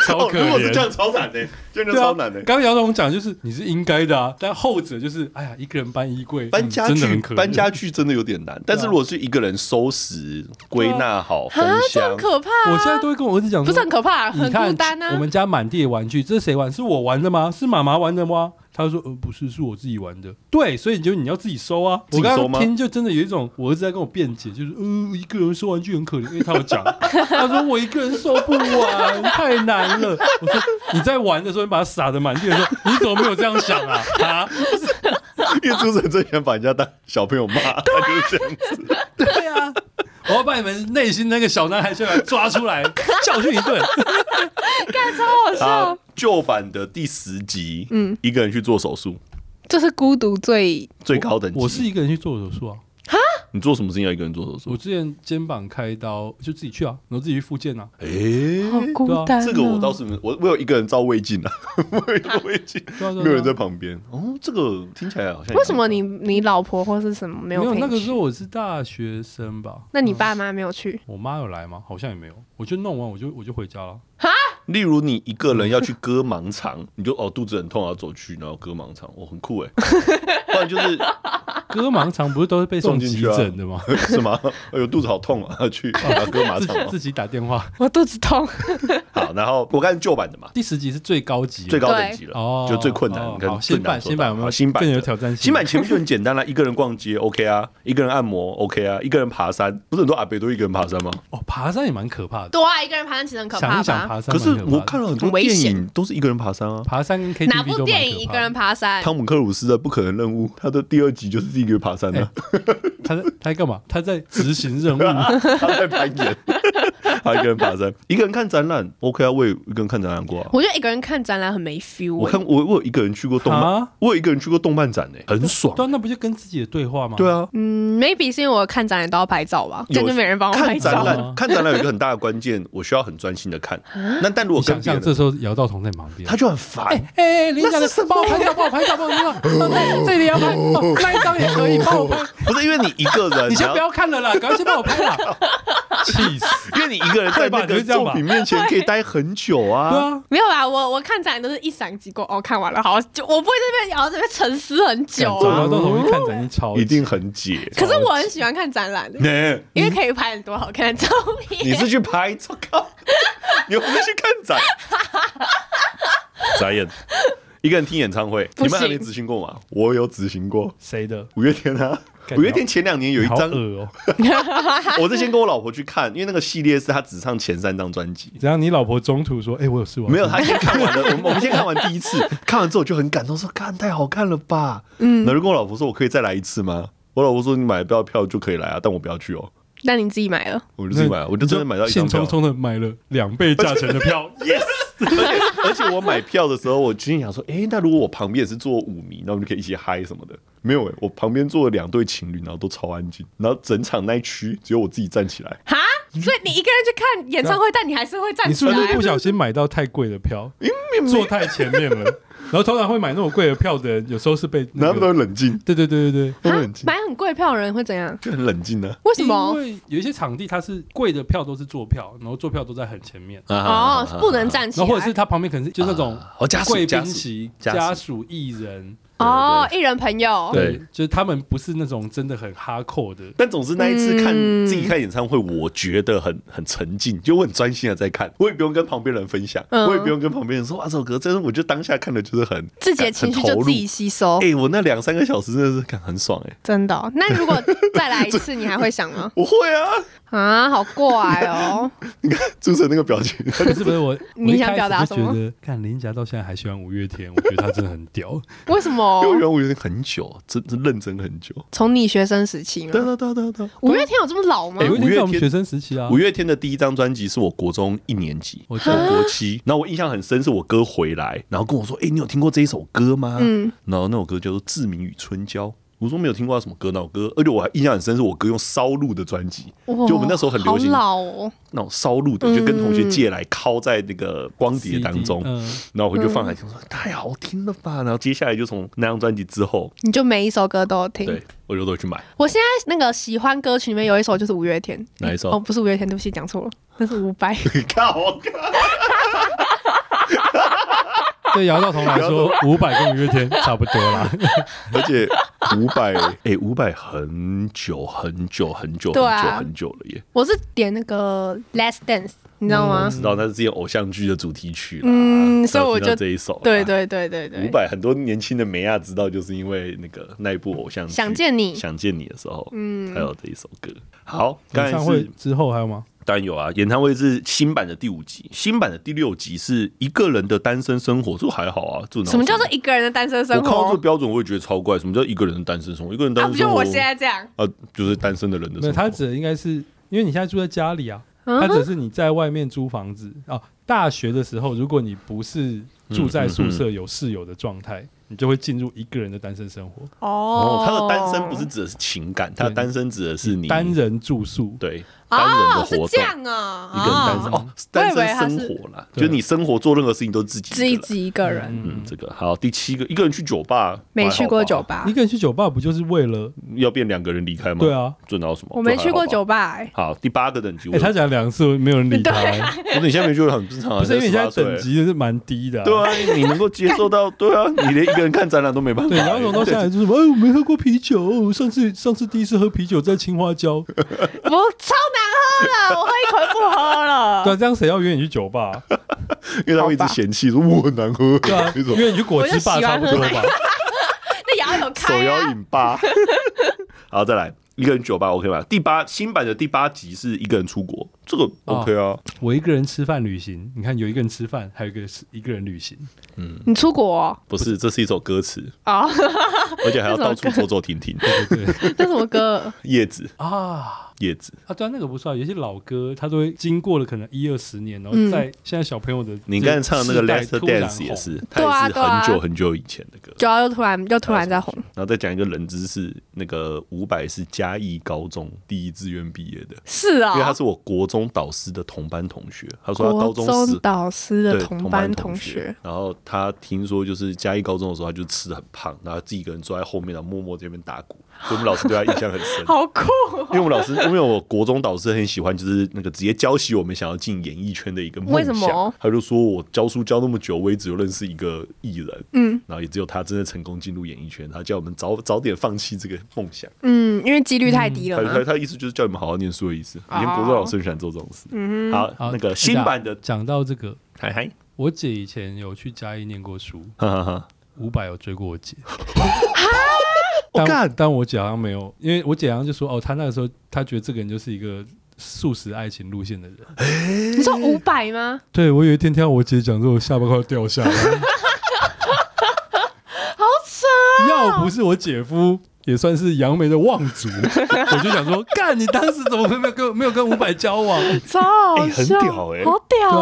超
哦，
可
如果是这
怜。
样超难的，这样就
对啊
超难的，。
刚刚姚总讲就是你是应该的啊，但后者就是哎呀，一个人搬衣柜，
搬家
嗯真的
具
很可，怜
搬家具真的有点难。但是如果是一个人收拾、归纳好、封
啊，这
箱
很，可怕、
我
啊！
现在都会跟我儿子讲
不
说
是很可怕、啊
你
很
看
孤单啊
我。们家满地的玩具，这是谁玩？是我玩的吗？是妈妈玩的吗？他就说呃不是，是我自己玩的。对，所以你就你要自己收啊。
自己
我
收
刚
吗
刚听就真的有一种我儿子在跟我辩解，就是呃一个人收玩具很可怜，因为他有讲， <laughs> 他说我一个人收不完，太难了。我说你在玩的时候你把它撒的满地的时候，你怎么没有这样想啊？啊，
<laughs> 因为朱晨最喜欢把人家当小朋友骂，
啊
他就是这样子。
对啊，我要把你们内心那个小男孩先来抓出来，教训一
<laughs>
顿。
超好
他
笑，
旧版的第十集，嗯
嗯，
一个人去做手术，
这是孤独最
最高等级。
我是一个人去做手术啊，
你做什么事情要一个人做手术
我？之前肩膀开刀就自己去啊，然后自己去复健啊。
哎、
哦
好哦孤
啊
啊
单、
这个我倒是没有我我有一个人照胃镜啊， <laughs> 我有一个胃镜，
对啊对啊
没有人在
对啊
旁边。哦，这个听起来好像
为什么你你老婆或是什么没
没
有陪
有
你去？
那个时候我是大学生吧？
那你爸妈没有去？
我妈有来吗？好像也没有，我就弄完我就我就回家了。
例如你一个人要去割盲肠，你就哦肚子很痛，然后走去，然后割盲肠，哦很酷哎。不然就是
<laughs> 割盲肠不是都是被送
送进
急
去啊
诊的
<laughs>
吗？
什么，哎呦肚子好痛啊，
<laughs>
去把它割盲
自
肠
己
嘛。
自己打电话。
我肚子痛，
好，然后我看旧版的嘛，
第十集是最高级，
最高等级了，
哦，
就最困难。
哦
你看
好
最
新版
难做到
新版有没
好
有
新版
更
的
有挑战性？
新版前面就很简单啦，一个人逛街 OK 啊，一个人按摩 OK 啊，一个人爬山，不是很多阿北都一个人爬山吗？
哦，爬山也蛮可怕的。
<laughs> 对啊，一个人爬山其实很可
想
怕
一想，爬
吧？
可
山蛮
是
怕的
我看了很多
很危
电
险
影都是一个人爬山啊。
爬山跟 KTV
哪部
都蛮
电
可
影
怕
一个
的
人爬山？
汤姆克鲁斯的《不可能任务》，他的第二集就是自己一个人爬山啊的、
他在他在干嘛？他在执
<laughs>
行任务。哎
他在攀岩，他一个人爬山，一个人看展览 OK 啊，我也一个人看展览过啊。
我觉得一个人看展览很没 feel 欸。
我看我我有一个人去过动漫，
啊
我有一个人去过动漫展诶、很爽。
对啊，那不就跟自己的对话吗？
对，啊，
嗯，maybe 是因为我看展览都要拍照吧，
有
这样就没人帮我
看
拍
展
照。
览，看展览有一个很大的关键，我需要很专心的看。
啊
那但如果
我
跟
想
别
象
人，
这时候姚道彤在旁边，
他就很烦。
哎、欸，你讲的帮我拍照，帮我拍照，帮我拍照，哦这里要拍，哦那一张也可以，帮我拍。
不是因为你一个人，
<laughs> 你先
然后
不要看了啦，赶快先帮
<laughs>
我拍啦。气死！
因为你一个人在那
<laughs> 对吧就
个
是这样
作
吧
品面前可以待很久啊。
对，啊，
没有啦，我我看展览都是一闪即过，哦，看完了，好，就我不会这边然后这边沉思很久
这
啊。
姚道彤一看展已经超
一定很
<laughs>
解。
可是我很喜欢看
<laughs>
展览，
你
因为可以拍很多好看的照片。
你是去拍， <laughs> 我靠，你又不是去看展，眨眼。一个人听演唱会，
不
你
行
们还没执行过吗？我有执行过，
谁的？
五月天啊，
干
五月天前两年有一
好
张，
恶哦、
我是先跟我老婆去看，因为那个系列是她只唱前三张专辑，
怎样？你老婆中途说：“哎、我有事。”
没有，
<laughs>
他先看完了，我们我们先看完第一次，看完之后我就很感动，说看太好看了吧。嗯，然后就跟我老婆说，我可以再来一次吗？我老婆说你买不到票就可以来啊，但我不要去哦，
那你自己买了，
我
我
就自己买了，我就真的买到一张票
兴冲。冲的买了两倍价钱的票。
Yes，而且而且我买票的时候，我心里想说，诶，那如果我旁边也是坐舞迷，那我们就可以一起嗨什么的。没有诶，我旁边坐了两对情侣，然后都超安静，然后整场那一区只有我自己站起来，
哈？所以你一个人去看演唱会，但你还是会站
你
起
是不
来。
是不小心买到太贵的票，坐太前面了？然后通常会买那种贵的票的人，有时候是被
然
那
后他们
个
都很冷静，
对对对对对，
他们很静，
买很贵票的人会怎样？
就很冷静啊呢。
为什么
因？为有一些场地它是贵的票都是坐票，然后坐票都在很前面，
哦，不能站
啊
起
然
来，
后或者是它旁边可能是就那种
哦家属
贵
家
宾
属
席、
家属
家属艺人，
哦，一人朋友
对
对，就是他们不是那种真的很哈
<laughs>
扣的。
但总之那一次看、
嗯
自己看演唱会，我觉得很很沉浸，就我很专心的在看，我也不用跟旁边人分享，
嗯
我也不用跟旁边人说哇这首歌，真的我就当下看的就是很
自己的情绪
很投
就
入
自己吸收
哎、，我那两三个小时真的是看很爽哎、
真的哦。那
<laughs>
如果再来一次，你还会想吗？
我会啊！
啊，好
<laughs>
怪哦！
你看朱晨那个表情，他
不是不是我，
<laughs> 你
我一
想
开始
表达
就
什么
觉得看林佳到现在还喜欢五月天，我觉得他真的很
<laughs>
屌。
为什么？
幼儿园我有点很久，真真认真很久。
从你学生时期
哒
吗？
哒哒哒哒。
五月天有这么老吗
哎？
五
五
月
月
天在我们
天
学生时期啊，
五月天的第一张专辑是我国中一年级，我
我记得
国七。然后我印象很深，是我哥回来，然后跟我说：“哎、你有听过这一首歌吗？”
嗯
然后那首歌叫做《志明与春娇》。我说没有听过他什么歌，那首歌，而且我还哎印象很深，是我哥用烧录的专辑，
哇
就我们那时候很流行
好老哦，
那种烧录的，就跟同学借来拷在那个光碟
CD
当中，
嗯，
然后我回去放来听，说太好听了吧。然后接下来就从那张专辑之后，
你就每一首歌都有听
对。我就都去买 <laughs>
我现在那个喜欢歌曲里面有一首就是五月天，
哪一首
哦，不是五月天，对不
<laughs>
起，讲错了，那是伍佰。
靠，我靠！
对姚道
<laughs>
彤来说，五百跟五月天差不多啦。
而且五百，哎，五百很久很久很久很
对
久
啊
很久了耶，
我是点那个 Last Dance，你知道吗？
知道那是之前偶像剧的主题曲啦
嗯所以
才有
我
听到
就
这一首啦，
对对对对对
哦伍佰很多年轻的梅亚知道，就是因为那个那一部偶像剧
想见你
想见你的时候，嗯，还有这一首歌。好，刚
演唱
才
会
是
之后还有吗？
当然有啊，演唱会是新版的第五集，新版的第六集是一个人的单身生活，这还好啊，这哪有
什么叫做一个人的单身生
我看到这
活
个？标准，我也觉得超怪。什么叫一个人的单身生活？一个人的
啊，
单
不
身
就
生活
我现在这样？
啊，就是单身的人的
没
生
有，他
活。
指的应该是因为你现在住在家里啊，
嗯
他只是你在外面租房子哦。大学的时候，如果你不是
嗯
住在宿舍有室友的状态，你就会进入一个人的单身生活，
哦
哦，
他的单身不是指的是情感，他的单身指的是你
单人住宿。
对单人的
哦，
活
是
动，
这样啊，
一个人单身
哦
哦，单
我以为他
身生
是
活啦，就
对
是你生活做任何事情都自己
自己
一
自
个人。
己一个人，
嗯，这个好。第七个，一个人去酒吧，
没去过酒
吧，
吧
一，个人去酒吧不就是为了？
要变两个人离开吗？
嗯对，啊，
这哪有什么？
我没去过酒
吧。
吧，哎
好，第八个等级，
哎、
我
他讲两次没有人理他、欸
对啊
可是你现在没觉得很正常啊？
不是因为你现在
18岁
等。级是蛮低的、
对。啊，你能够接受到，对啊，你连一个人看展览都没办法。
对，然后从到现在就是什么，哎，我没喝过啤酒，上次上次第一次喝啤酒在青花
<laughs>
椒，
不哎超难喝了，我喝一口就不喝
对
了。
啊，这样谁要约你去酒吧、
<laughs> 因为他们一直嫌弃说我很难喝，<laughs>
对啊，
那种
约你去果汁吧差不
<laughs>
多吧，
那也要
手
有开
摇
啊，
饮吧。 <laughs> 好，再来一个人酒吧 OK 吧？第八新版的第八集是一个人出国，这个 OK 啊，
我一个人吃饭旅行，你看有一个人吃饭，还有一个是一个人旅行，
你出国哦
不是，这是一首歌词，
啊
哦？
而且还要到处走走停停。 <laughs>
对不对
那什么歌？
叶子，
啊
叶子，
啊，对啊，那个不算，有些老歌它都会经过了可能一二十年，然后
嗯
在现在小朋友的
你刚才唱的那个《
这
Last
世代突然
Dance》也
红，
是，
对啊
它也是
对啊
很久很久以前的歌。
就要又突然又突然在红，
然后再讲一个冷知识，那个伍佰是嘉义高中第一志愿毕业的，
<laughs> 是
因为他
啊，，
是我国中导师的同班同学。他说他
国
高中时
中导师的
对
同
班
班同
学
学，，
然后他听说就是嘉义高中的时候，他就吃的很胖，然后他自己一个人坐在后面，然后默默这边打鼓。所以我们老师对他印象很深
好酷哦。
因为我们老师，因为我国中导师很喜欢，就是那个直接教习我们想要进演艺圈的一个梦
为什
想
么。
他就说我教书教那么久，我也只有认识一个艺人，
嗯
然后也只有他真的成功进入演艺圈。他叫我们早早点放弃这个梦想。
嗯，因为几率太低
他
了嘛
嗯
他。他意思就是叫你们好好念书的意思。
哦
以前国中老师很喜欢做这种事。
嗯
好，
好
那个新版的，
讲到这个，
嗨嗨，
我姐以前有去嘉义念过书，
哈哈哈。
伍佰有追过我姐。
<laughs> 我干
但但我姐好像没有，因为我姐好像就说哦，她那个时候她觉得这个人就是一个素食爱情路线的人。
你说五百吗？
对我有一天听到我姐讲之后，我下巴快要掉
<laughs>
下来。好
啊
扯、要不是我姐夫也算是杨梅的望族， <laughs> 我就想说，干你当时怎么没有跟没有跟伍佰交往？
超好
哎很
笑，
屌哎
好屌
我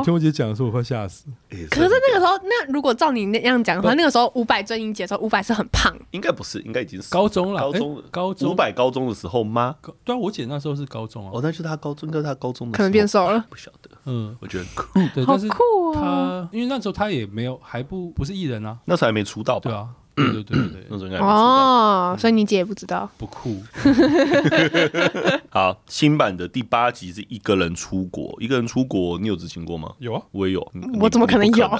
<laughs> 哦！
听我姐讲的时候，我快吓死。
哎
可是那个时候，那如果照你那样讲的话，
对
那个时候五百追英姐的时候，五百是很胖，
应该不是，应该已经是
高中了，
高中
哎高中
五百高中的时候吗？
高对啊，我姐那时候是高中啊
哦，，那就是他高中，应该是他高中的时候
可能变瘦了
不晓得，
嗯，
我觉得很酷，
对，
好
但是
酷哦！
她因为那时候她也没有还不不是艺人啊，
那时候还没出道吧？
对啊，对对对对
那
对，
时候应该
哎
还没出道。
哦，所以你姐也不知道，
不酷，
好，新版的第八集是一个人出国，一个人出国，你有执勤过吗？
有啊，
我也有，你
我怎么可能
你不
有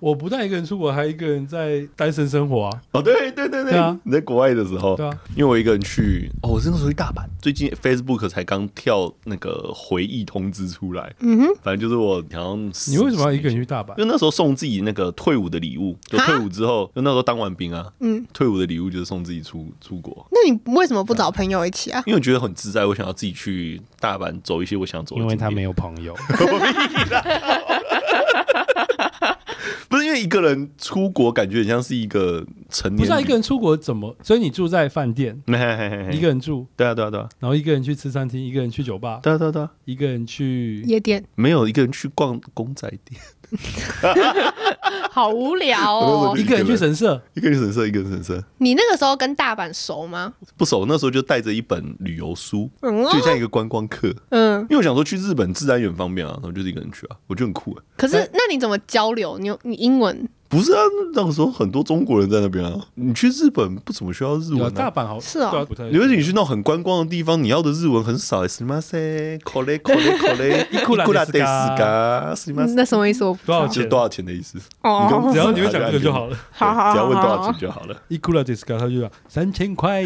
我不但一个人出国，还一个人在单身生活啊，
哦，对对对
对啊
你在国外的时候，
对啊，
因为我一个人去，哦，我是那时候去大阪，最近 Facebook 才刚跳那个回忆通知出来，
嗯哼，
反正就是我好像
你为什么要一个人
去？
去大阪
因？为那时候送自己那个退伍的礼物，就退伍之后，就那时候当完兵啊，
嗯，
退伍的礼物就是送自己出出国，
那你为什么不找朋友一起啊？
因为我觉得很自在，我想要自己去大阪走一些我想走的景点。
有朋友，
不是因为一个人出国，感觉很像是一个成
<laughs> 不
年
是、啊、一个人出国怎么？所以你住在饭店，
嘿 <laughs> 嘿嘿嘿嘿
一个人住，
对啊对啊对啊
然后一个人去吃餐厅，一个人去酒吧，
对啊对啊对啊，
一个人去
夜店
没有一个人去逛公仔店，
好无聊
我
哦
就。
一个人去神社，
一个人神社，一个人神社。
你那个时候跟大阪熟吗？
不熟，那时候就带着一本旅游书，
嗯
就像一个观光客。
嗯，
因为我想说去日本自然也很方便啊，然后就是一个人去啊，我觉得很酷啊。
可
哎
是那你怎么交流？你有你英文
不是啊，那个时候很多中国人在那边啊。你去日本不怎么需要日
对啊
文
大
啊，
阪好
是
哦
啊
对不太
尤其你去那种很观光的地方，你要的日文很少。哎すみません、こ
<laughs>
れこれこれ、い
くらですか
くらですかすみません
那什么意思？我不知
多少
道。
就是多少钱的意思？你刚
哦，
只要你会讲这个就好了。
好好
只要问多
好
少
好
钱，就好了。
伊库拉迪斯卡，他就讲三
<laughs>
千块，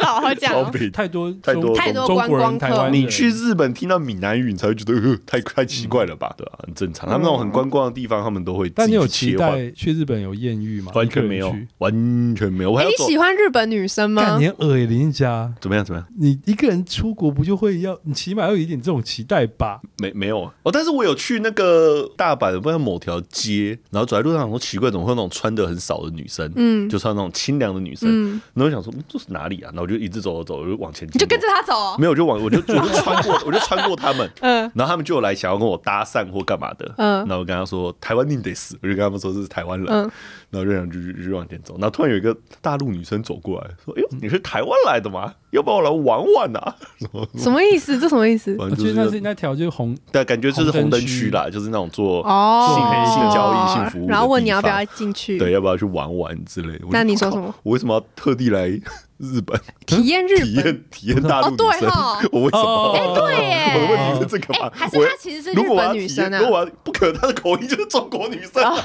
少好讲
超
哦，
北
太多
太多
中
太多
中
观
国
光
人、台
客
湾，
你去日本听到闽南语，你才会觉得呃太太奇怪了吧？对啊吧？很正常，他们那种很观光的地方，他们都会。
嗯但你有期？待去日本有艳遇吗？
完全没有，完全没有。我还
哎
要
你
走
喜欢日本女生
干
吗
你？很恶心林家，
怎么样？怎么样？
你一个人出国不就会要，你起码要有一点这种期待吧？
没没有啊哦，但是我有去那个大阪的，不知道某条街，然后走在路上，想说奇怪，怎么会有那种穿的很少的女生？
嗯
就穿那种清凉的女生。
嗯，
然后我想说嗯这是哪里啊？然后我就一直走走走，我就往前经过，
你就跟着他走哦。
没有，我就往我就我就穿过，我就穿过他们，
嗯
然后他们就有来想要跟我搭讪或干嘛的，
嗯
然后我跟他说台湾宁得死，我就跟他们说这是台湾人，
嗯
然后就想就就就往前走，然后突然有一个大陆女生走过来说：“哎呦，你是台湾来的吗？要不要我来玩玩啊？”然后
什么意思？这什么意思？
反
我
正
记得
就
那是
是，
那条啊就是红，
但感觉就是红
红
灯
灯
区啦，就是那种做性
哦，
性交易、性服务的地方，
然后问你要不要进去？
对，要不要去玩玩之类的。我就
那你说
靠
什么？
我为什么要特地来 <laughs> 日本
体验日
体
本，
<laughs>
验体验大陆
哦对
女生
哦？
<laughs> 我为什么？
哦哎
我
对
的
耶，
问题是这个
哎
吗？
还是
我
他其实是日
如果我要
本
体
女
验
生啊哦
如？果我要不可能，她的口音就是中国女生啊， <laughs>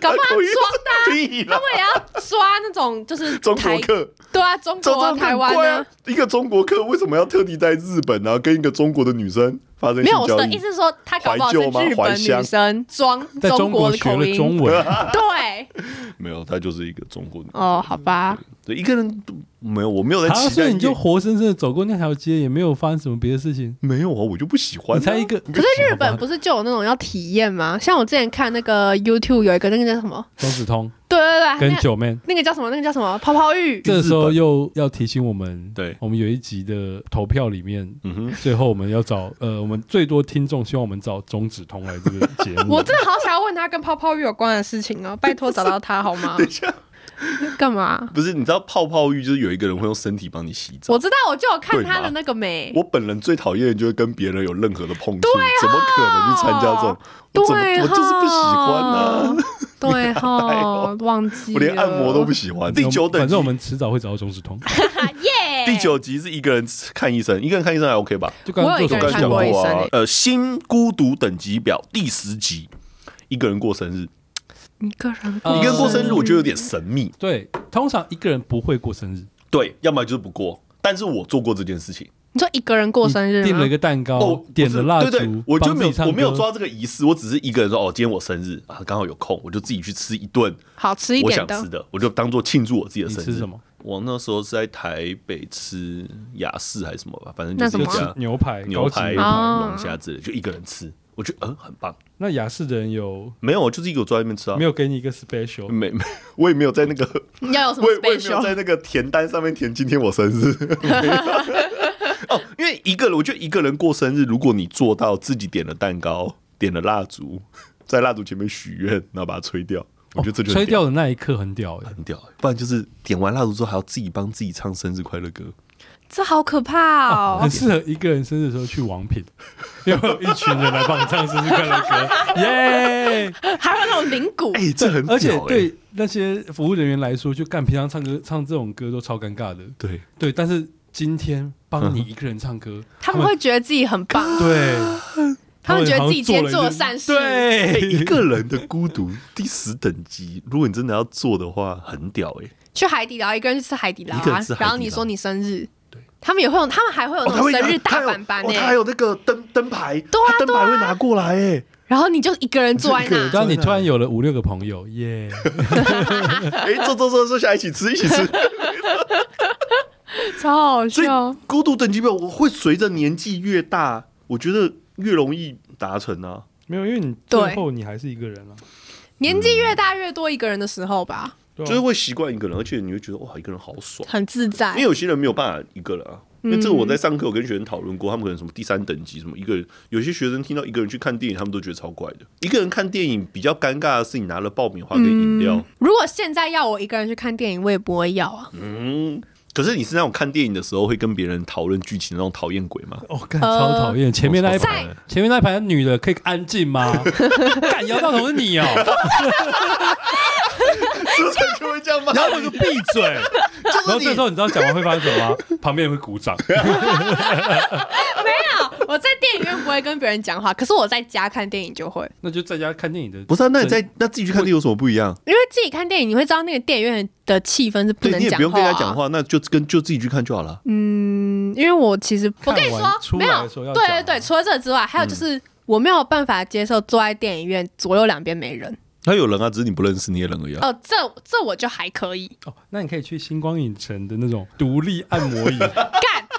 搞不好
口音
装
的屁啦
他，们也
啊
要抓那种就是
<laughs> 中
台
国客，
对啊，中
中
国
国
台湾
怪
呢
啊？，一个中国客为什么要特地在日本然后跟一个中国的女生发生
没有，
性
我
交
的
易
意？思是说，他搞不好是日本女生装
在
中
国
的
学
口
了
音
中，文，
对，
没有，她就是一个中国女生。
哦，好吧，
对，一个人都没有，我没有在
啊，
期
所
待
以你就
夜
活生生的走过那条街，也没有发生什么别的事情。
没有啊，我就不喜欢啊。
你才一个，
可是日本不是就有那种要体验吗？像我之前看那个 YouTube 有一个那个叫什么？
双子通
对对对，
跟
啊那
九妹，
那个叫什么？那个叫什么？泡泡浴。
这时候又要提醒我们，
对
我们有一集的投票里面，
嗯
哦
哼，
最后我们要找 <laughs> 呃，我们最多听众希望我们找中指通来这个节目。
<laughs> 我真的好想要问他跟泡泡浴有关的事情哦，拜托找到他好吗
等？一下，
干嘛？
不是你知道泡泡浴就是有一个人会用身体帮你洗澡。
我知道，我就有看
对嘛
他的那个美。
我本人最讨厌就是跟别人有任何的碰触，怎么可能去参加这种？我怎么
啊对啊
我就是不喜欢啊
哈，对
<laughs>
哈
呦，
忘记
我连按摩都不
行。
喜欢。
反正
第
我
九等级，
反正我们迟早会找到中指
<laughs>
通，
啊耶，
第九集是一个人看医生，一个人看医生还 OK 吧？
就刚刚
我有一
做
个
我刚
手
人
才
术
讲
看
过
过医生
啊
欸，
呃，新孤独等级表第十集，一个人过生日，
一个人
呃
一个人过生日
日
我觉得有点神秘。
嗯
对，通常一个人不会过生日，
对，要么就是不过。但是我做过这件事情，
你说一个人过生日啊
订了
吗
一？个蛋糕
哦，，
点
不
了
是
蜡
对对
烛，，
我就没
帮自己唱
有
歌
我没有抓这个仪式，我只是一个人说哦，今天我生日啊，刚好有空，我就自己去吃一顿
好吃一
我
点
想吃
的，
的，我就当做庆祝我自己的
你
生日。
吃什么？
我那时候是在台北吃雅士还是什么吧，反正
那
就是
什
一
么
家
啊
牛排，
牛
高级
排、
牛
啊
龙虾之类，就一个人吃，我觉得嗯很棒。
那雅士的人有
没有，就是一个我坐在那边吃啊
没，有给你一个 special？
没没，我也没有在那个，
要有什么
我也我也没有
special？
在那个填单上面填今天我生 <laughs> 日。没有哦，因为一个人，我觉得一个人过生日，如果你做到自己点了蛋糕，点了蜡烛， <laughs> 在蜡烛前面许愿，然后把它吹掉，我觉得这就很
哦吹
屌
掉的那一刻很屌哎，
很屌欸。不然就是点完蜡烛之后，还要自己帮自己唱生日快乐歌。
这好可怕哦
很！适合一个人生日的时候去王品， <laughs> 因为有一群人来帮你唱生日快乐 <laughs> 歌，耶！
还有那种灵骨，
哎，这很屌
而且
欸
对那些服务人员来说，就干平常唱歌唱这种歌都超尴尬的，
对，
对。但是今天帮你一个人唱歌，
<laughs>
他们会觉得自己很棒，
对，
他们觉得自己今天
好像
做
了
了
一件
善事
哎，
对，
<laughs> 一个人的孤独第十等级，如果你真的要做的话，很屌哎、
去海底捞，一个人去吃海底捞
一个人
啊
吃海，底捞
然后你说你生日，他们也会有，他们还会有
哦，
那
他
种
会拿
生日
他
大
有
板板
哦，他还
呢，
有那个灯灯牌，对
啊
灯牌会拿过来哎、
然后你就一个人坐在
一个人
那
坐。
当你突然有了五六个朋友，耶！
哎、坐坐坐坐下来一起吃一起吃。
超好
所以
笑。
孤独等级表，我会随着年纪越大，我觉得越容易达成啊。
<laughs> 没有，因为你
对
最后你还是一个人啊，
年纪越大越多一个人的时候吧，
对啊
就是会习惯一个人，而且你会觉得哇，一个人好爽。
很自
因为
在。
有些人没有办法一个人啊。因为这个我在上课有跟学生讨论过，他们可能什么第三等级什么一个人，有些学生听到一个人去看电影，他们都觉得超怪的。一个人看电影比较尴尬的是，你拿了爆米花跟饮料，
如果现在要我一个人去看电影，我也不会要啊。
嗯可是你是那种看电影的时候会跟别人讨论剧情的那种讨厌鬼
<laughs>
吗？
哦，干超
呃
讨厌！前面那一
在
排，前面那一排女
<laughs>
的可以安静吗？干摇到头是你哦，
出神就会这样吗？
然后我就闭
<laughs>
嘴。然后
就是
这时
你
候你知道讲完会发生什么吗？旁边人会鼓掌。
有，我在电影院不会跟别人讲话，可是我在家看电影就会，
那就在家看电影的，
不是、啊，那你在那自己去看电影有什么不一样？
因为自己看电影你会知道那个电影院的气氛是不
对
能
你也
讲
不用
话、
跟
啊，
人家讲话，那就跟就自己去看就好了。
嗯，因为我其实
我跟你
看完
说，
出
没
来
有
的时候，要
对
讲啊
对对，除了这之外，还有就是、我没有办法接受坐在电影院左右两边没人。
他有人啊，只是你不认识，你也人而已啊。
哦，这这我就还可以
哦，那你可以去星光影城的那种独立按摩椅，
干，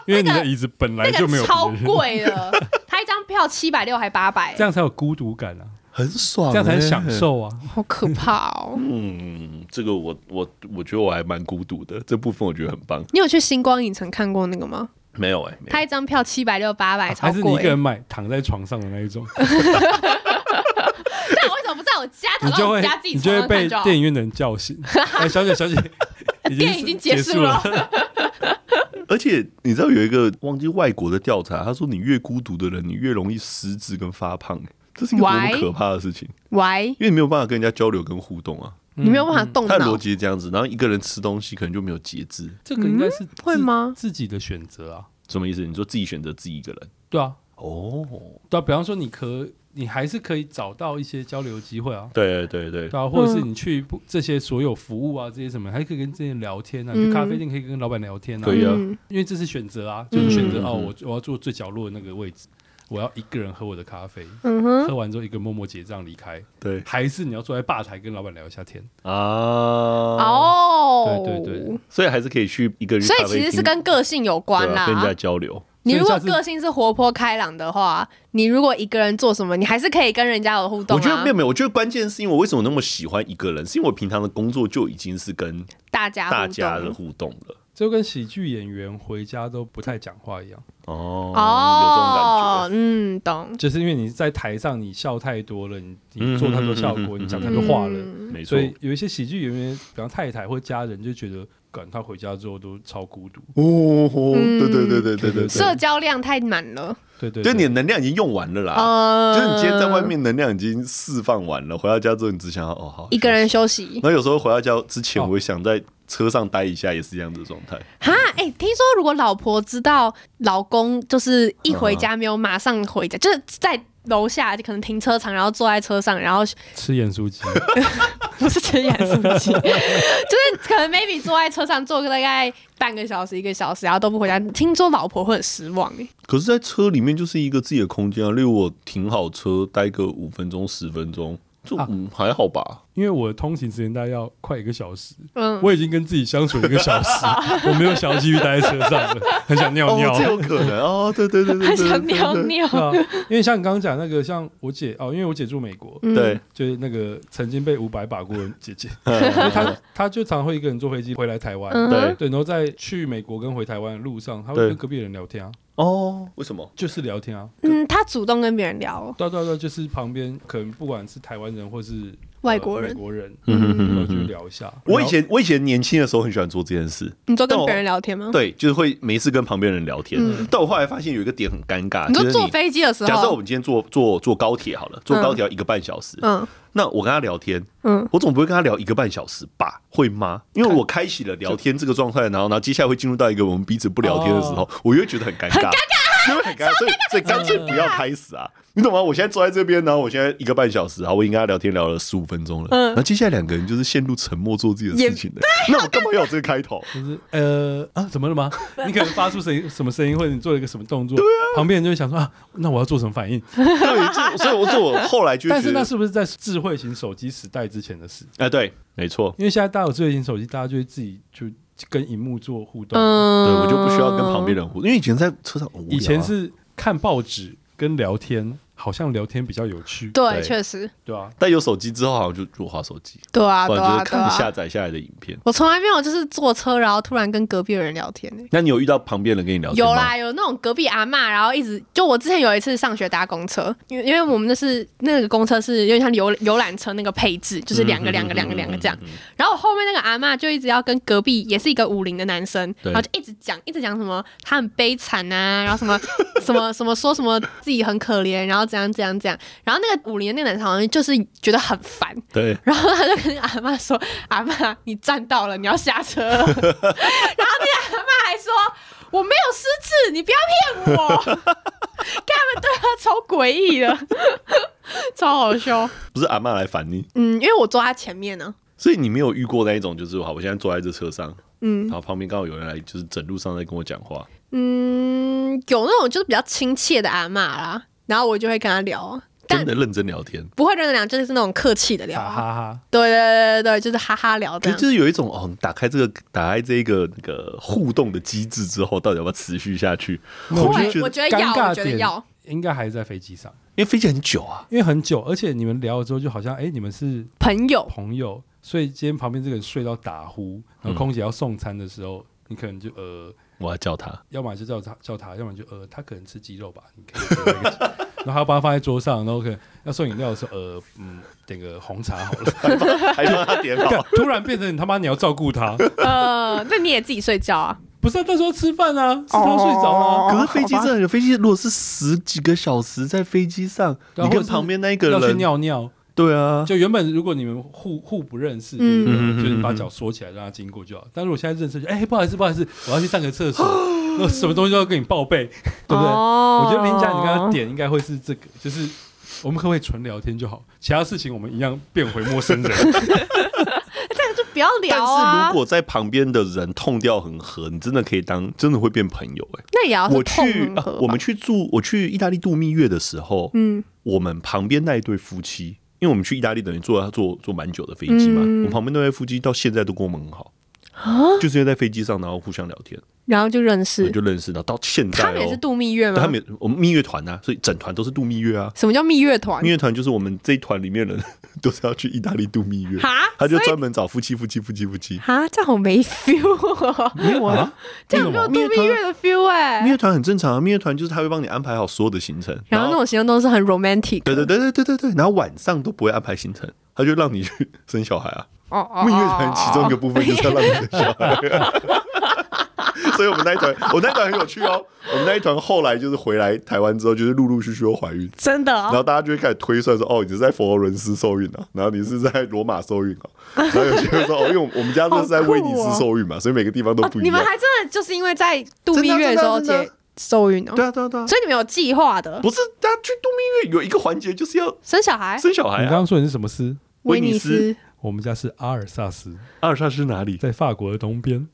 因为你
那
的
个
椅子 <laughs> 本来
那
就没有
个
别
超
人，
贵的，
<laughs>
他一张票七百六还八百
这，样才有孤独感啊，
很爽、
哦
这样才能享。受啊。
好可怕哦。
嗯，这个我我我觉得我还蛮孤独的，这部分我觉得很棒。
你有去星光影城看过那个吗？
没有哎、没有
他一张票七百六八百，哎超
啊还是你一
贵。
个人买躺在床上的那一种，
<laughs> 但我为什么不在我家？
你
躺到
就
我
会
家自己
你就
床
会
上看
被
就好
电影院的人叫醒。哎，小姐小
<laughs>
姐，
电影已经结
束
束了， <laughs>
而且你知道有一个忘记外国的调查，他说你越孤独的人，你越容易失智跟发胖、欸，这是一个多么
Why？
可怕的事情，
喂，
因为你没有办法跟人家交流跟互动啊。
你没有办法动
他的逻
脑，
辑是这样子，然后一个人吃东西可能就没有节制，
这个应该是自
嗯会吗
自己的选择啊，
什么意思？你说自己选择自己一个人
对啊，
哦？
对啊，比方说你可你还是可以找到一些交流机会啊。
对对对，
嗯
对啊，或者是你去不这些所有服务啊，这些什么，还可以跟这些人聊天啊，你去咖啡店可以跟老板聊天啊，
可以啊
嗯
因为这是选择啊，就是选择、
嗯
哦，我我要坐最角落的那个位置，我要一个人喝我的咖啡，
嗯哼，
喝完之后一个人默默结账离开，
对
还是你要坐在吧台跟老板聊一下天？
啊，
哦，
对对对，
所以还是可以去一个人去
所
咖啡
以
厅，
其实是跟个性有关
对
啦
啊、。跟人家交流。
你如
所
果
以下次
个性是活泼开朗的话，你如果一个人做什么，你还是可以跟人家有互动、啊。
我觉得没有没有，我觉得关键是因为我为什么那么喜欢一个人，是因为我平常的工作就已经是跟
大家互动
大家的互动了。
就跟喜剧演员回家都不太讲话一样，
啊
哦，
哦，嗯，懂。
就是因为你在台上你笑太多了，你你做太多效果，
嗯嗯嗯嗯
你讲太
那
多话了，
有
嗯
这种感觉，没错
所。以有一些喜剧演员，比方太太或家人就觉得，感他回家之后都超孤独，
哦，对对对对对对
对
对，
社交量太满了，
对对
对你的能量已经用完了啦。
呃，
就是你今天在外面能量已经释放完了，回到家之后你只想要哦好
一个。人休息
然后有时候回到家之前，
哦
我也想在车上待一下，也是这样的状态。
哈，哎、听说如果老婆知道老公就是一回家没有马上回
嗯
家，就是在楼下就可能停车场，然后坐在车上，然后 <laughs>
吃盐酥 <laughs> 鸡，
不是吃盐酥鸡，就是可能 maybe 坐在车上坐个大概半个小时一个小时，然后都不回家，听说老婆会很失望哎、
可是，在车里面就是一个自己的空间啊。例如，我停好车，待个五分钟、十分钟，就
啊
嗯还好吧。
因为我的通勤时间大概要快一个小时，
嗯，
我已经跟自己相处一个 <laughs> 小时，我没有想要继续待在车上了，很想尿
哦
尿。，
这有可能哦。对对对对
很
对，
<laughs> 想
对
尿。尿。
<laughs> 对啊，因为像你刚刚讲那个，像我姐哦，因为我姐住美国，
嗯
对对，
就是那个曾经被五百把过的姐姐， <laughs>
嗯
她她就常会一个人坐飞机回来台湾，
嗯
对
对，然后在去美国跟回台湾的路上，她会
对
跟隔壁的人聊天啊，
哦，为什么？
就是聊天啊，跟
嗯，他主动跟别人聊哦，
对啊对啊对啊，就是旁边可能不管是台湾人或是
外国
呃
人
美国人，
嗯哼哼
然后
哼
去
哼
聊一下。
我以前我以前年轻的时候很喜欢做这件事，
你说跟
但我
别人聊天吗？
对，就是会没事跟旁边人聊天。但我后来发现有一个点很尴尬，
嗯你
就
说
是
坐飞机的时候，
假设我们今天坐坐坐高铁好了，坐
嗯
高铁要一个半小时，
嗯
那我跟他聊天，
嗯，
我总不会跟他聊一个半小时吧？会吗？因为我开启了聊天这个状态，然后然后接下来会进入到一个我们彼此不聊天的时候，我又会觉得哦很尴尬。因为很尴尬，所以所以干脆不要开始啊！你懂吗？我现在坐在这边，然后我现在一个半小时啊，我已经跟他聊天聊了十五分钟了。然后接下来两个人就是陷入沉默做自己的事 <laughs> 情的。那我干嘛要有这个开 <laughs> 头？
就是呃啊，怎么了吗？你可能发出声音什么声音，或者你做了一个什么动作，旁边人就会想说啊，那我要做什么反应？
对，就所以我说我后来就
但是
觉
那
得，
是不是在智慧型手机时代之前的事？
哎，对，没错，
因为现在大家有智慧型手机，大家就会自己就跟荧幕做互动。
对
嗯，
我就不需要跟旁边人互动，因为以前在车上，哦无聊啊
以前是看报纸跟聊天，好像聊天比较有趣，
对
对，确实，
对啊，
但有手机之后，好像就就滑手机，
对啊，
不
对
然就
啊，
是
对
看
啊
下。载下来的影片。
我从来没有就是坐车，然后突然跟隔壁的人聊天、欸、
那你有遇到旁边人跟你聊天
有
吗？
啦，有那种隔壁阿嬷，然后一直就我之前有一次上学搭公车，因为因为我们那是那个公车是有点像游游览车那个配置，就是两个两个两个两个这样。然后我后面那个阿嬷就一直要跟隔壁也是一个五零的男生，
对
然后就一直 <laughs> 讲一直讲什么他很悲惨啊，然后什么什么什么说什么自己很可怜，然后要怎样怎样怎样。然后那个武林的那个男生好像就是觉得很烦，
对，
然后他就跟阿嬷说：“阿嬷，你站到了，你要下
<laughs>
车了。”然后那个阿嬷还说：“我没有失智，你不要
<laughs>
骗我。”看他们对他超诡异的，超好笑。
不是阿嬷来烦你，
嗯，因为我坐他前面呢、
所以你没有遇过那一种，就是好，我现在坐在这车上，
嗯
然后旁边刚好有人来，就是整路上在跟我讲话，
嗯，有那种就是比较亲切的阿嬷啦，然后我就会跟他聊啊，但
真的认真聊天。
不会认真聊，就是那种客气的聊
哈
啊。
哈哈，
对对对对对，啊就是哈哈聊
可
的
是。就是有一种哦，你打开这个打开这个那个互动的机制之后，到底要不要持续下去？
没有
我
啊会
就觉，得，
我觉得
尴
要，
尬
我觉得
点
要。
应该还在飞机上，
因为飞机很久啊，
因为很久，而且你们聊了之后就好像哎、你们是
朋友，
朋友，所以今天旁边这个人睡到打呼，然后空姐要送餐的时候，你可能就呃，
我要叫他，
要么就叫他叫他，要么就呃，他可能吃鸡肉吧，你可以给他一个鸡。然后还要把它放在桌上，然后可能要送饮料的时候，呃，嗯，点个红茶好了。
还让他 <laughs> 点好。
突然变成你他妈你要照顾他，
呃，那你也自己睡觉啊？
不是啊他说吃饭啊，是他睡着啊了、
可是飞机真
<laughs>
的有飞机，如果是十几个小时在飞机上，
然
你
后
跟旁边那一个
要去
人，
尿尿。
对啊，
就原本如果你们互互不认识，就是
嗯
嗯嗯嗯
就是你把脚缩起来让他经过就好。但是我现在认识就，哎、不好意思，不好意思，我要去上个厕所，那什么东西都要跟你报备，对不对？
哦
我觉得林佳，你刚刚点应该会是这个，就是我们可不可以纯聊天就好，其他事情我们一样变回陌生
<laughs>
人。
就不要
但
聊
是
啊
如。果在旁边的人痛掉很合，你真的可以当真的会变朋友哎、
那也要哦是
我
痛
去、
很
啊
合吧
我们去住，我去意大利度蜜月的时候，
嗯，
我们旁边那一对夫妻，因为我们去意大利等于坐坐坐蛮久的飞机嘛，
嗯
我们旁边那对夫妻到现在都跟我们很好，
啊
就是因为在飞机上然后互相聊天，
然后就认
我
识。
就认识到到现在、哦。
他们也是度蜜月
对
吗
他？们也我们蜜月团啊，所以整团都是度蜜月啊。
什么叫蜜月团
蜜？月团就是我们这一团里面人 <laughs> 都是要去意大利度蜜月，
哈，
他就专门找夫妻夫妻夫妻夫妻。
啊，这样好没 feel 哦， <laughs>
没有啊，
这样没有度蜜月的 feel 哎、
蜜月团很正常啊，蜜月团就是他会帮你安排好所有的行程，
然后那种行动都是很 romantic，
对对对对对对对，然后晚上都不会安排行程，他就让你去生小孩啊。
哦哦
蜜月团其中一个部分就是要让你生小孩、啊所以我们那一团， <laughs> 我那一团很有趣哦。我们那一团后来就是回来台湾之后，就是陆陆续续都怀孕，
真的
然
哦
后大家就会开始推算说，哦，你是在佛罗伦斯受孕啊，然后你是在罗马受孕啊，然后有些人说，哦，因为我们家这是在威尼斯受孕嘛，所以每个地方都
哦
不一
你
样
们。还真的就是因为在度
真
蜜
的啊
月的时候
真的啊
结
真的
受孕哦，
对啊对啊对啊，
所以你们有计划的
不是大家去度蜜月有一个环节就是要
生小
哎
孩？
生小孩
你刚
啊。
刚说你是什么斯？
威
威
尼
尼
斯
斯
我们家是阿尔萨斯，
阿尔萨斯哪里？
在法国的东
<laughs>
边，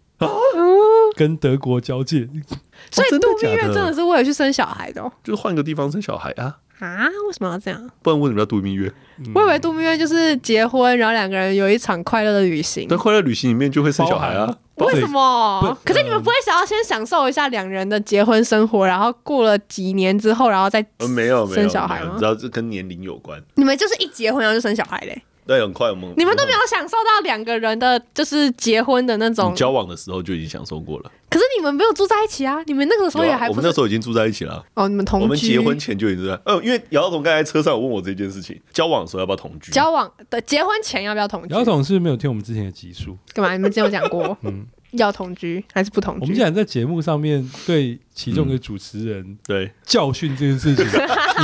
跟德国交界。
嗯所以
真的
度蜜
假
月
的
真的是为了去生小孩的哦
就是换个地方生小孩啊，
啊？为什么要这样？
不然为什么要度蜜月？
嗯
我以为度蜜月就是结婚，然后两个人有一场快乐的旅行
但。快乐旅行里面就会生小孩啊。
包含
为什么？
不
可是你们不会想要先享受一下两人的结婚生活，然后过了几年之后，然后再
呃，没有没有，
生小孩
没有嗯
吗
你知道这跟年龄有关。
你们就是一结婚然后就生小孩嘞？
对，很快我们
你们都没有享受到两个人的就是结婚的那种
你，交往的时候就已经享受过了。
可是你们没有住在一起啊！你们那个时候
有
也
啊
还
我
不
们
是
那时候已经住在一起了，
哦，你们同居
我们结婚前就已经住在。呃，因为姚总刚才在车上有问我这件事情，交往的时候要不要同居？
交往的结婚前要不要同居？
姚总是不是没有听我们之前的集数，
干嘛？你们之前有讲过
嗯，
要同居还是不同
我们
居
竟？然在节目上面对其中的主持人
对，
教训这件事
<laughs>
情，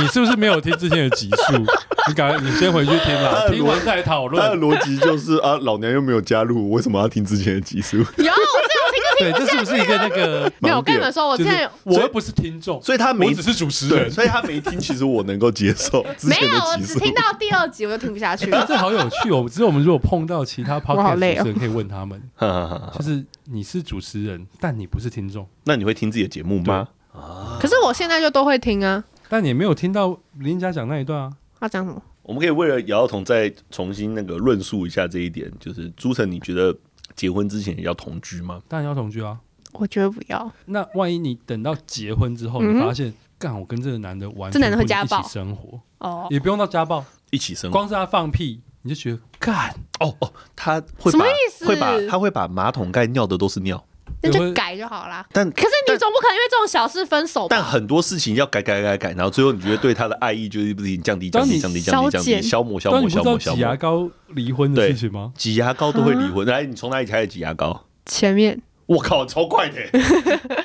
你是不是没有听之前的集数？你赶快，你先回去听
他
啦，
的
听完再讨
<laughs> 他的
论。
逻辑就是 <laughs> 啊，老娘又没有加入，我为什么要听之前的集数？
有，我
对，这是不是一个那个？
<laughs> 没有？我跟你
盲点
们说，我之
就是
前
我又不是听
<laughs>
众，
所以他
我
没
只是主持
<laughs> 对，
人。
所以他没听，其实我能够接受之
<laughs> 没
前
有，我
的集
只
数。
听到第二集我就听不下去
但
<laughs> 了。
这好有趣哦！只有我们如果碰到其他
好
podcast
累哦
主持人，可以问他
<laughs>
们，
<laughs> 哈哈哈哈
就是你是主持人，但你不是听众，
那你会听自己的节目吗？
可是我现在就都会听啊。
但你也没有听到林家讲那一段啊。
他讲什么？
我们可以为了姚耀彤再重新那个论述一下这一点，就是朱晨，你觉得结婚之前也要同居吗？
当然要同居啊。
我觉得不要，
那万一你等到结婚之后，
嗯哼
你发现干我跟这个男的完
这
全
男的会
不能
家暴
一起生活，
哦，
也不用到家暴，
一起
嗯
生活
光是他放屁，你就觉得干，
哦哦，他会
什
把
么意思
会把他会把马桶盖尿的都是尿，
那
也
就
会
改就好啦。
但
可是你总不可能因为这种小事分手
但
吧？
很多事情要改改改改，然后最后你觉得对他的爱意就是不停降低降
当
低
你
降低降低降
消
低，
减
消磨消
但你
磨
不
消
知道
磨消
挤牙
磨。
膏离婚的事情吗？
挤牙膏都会离婚，来，你从哪里开始挤牙膏？
前面
我靠，超快的！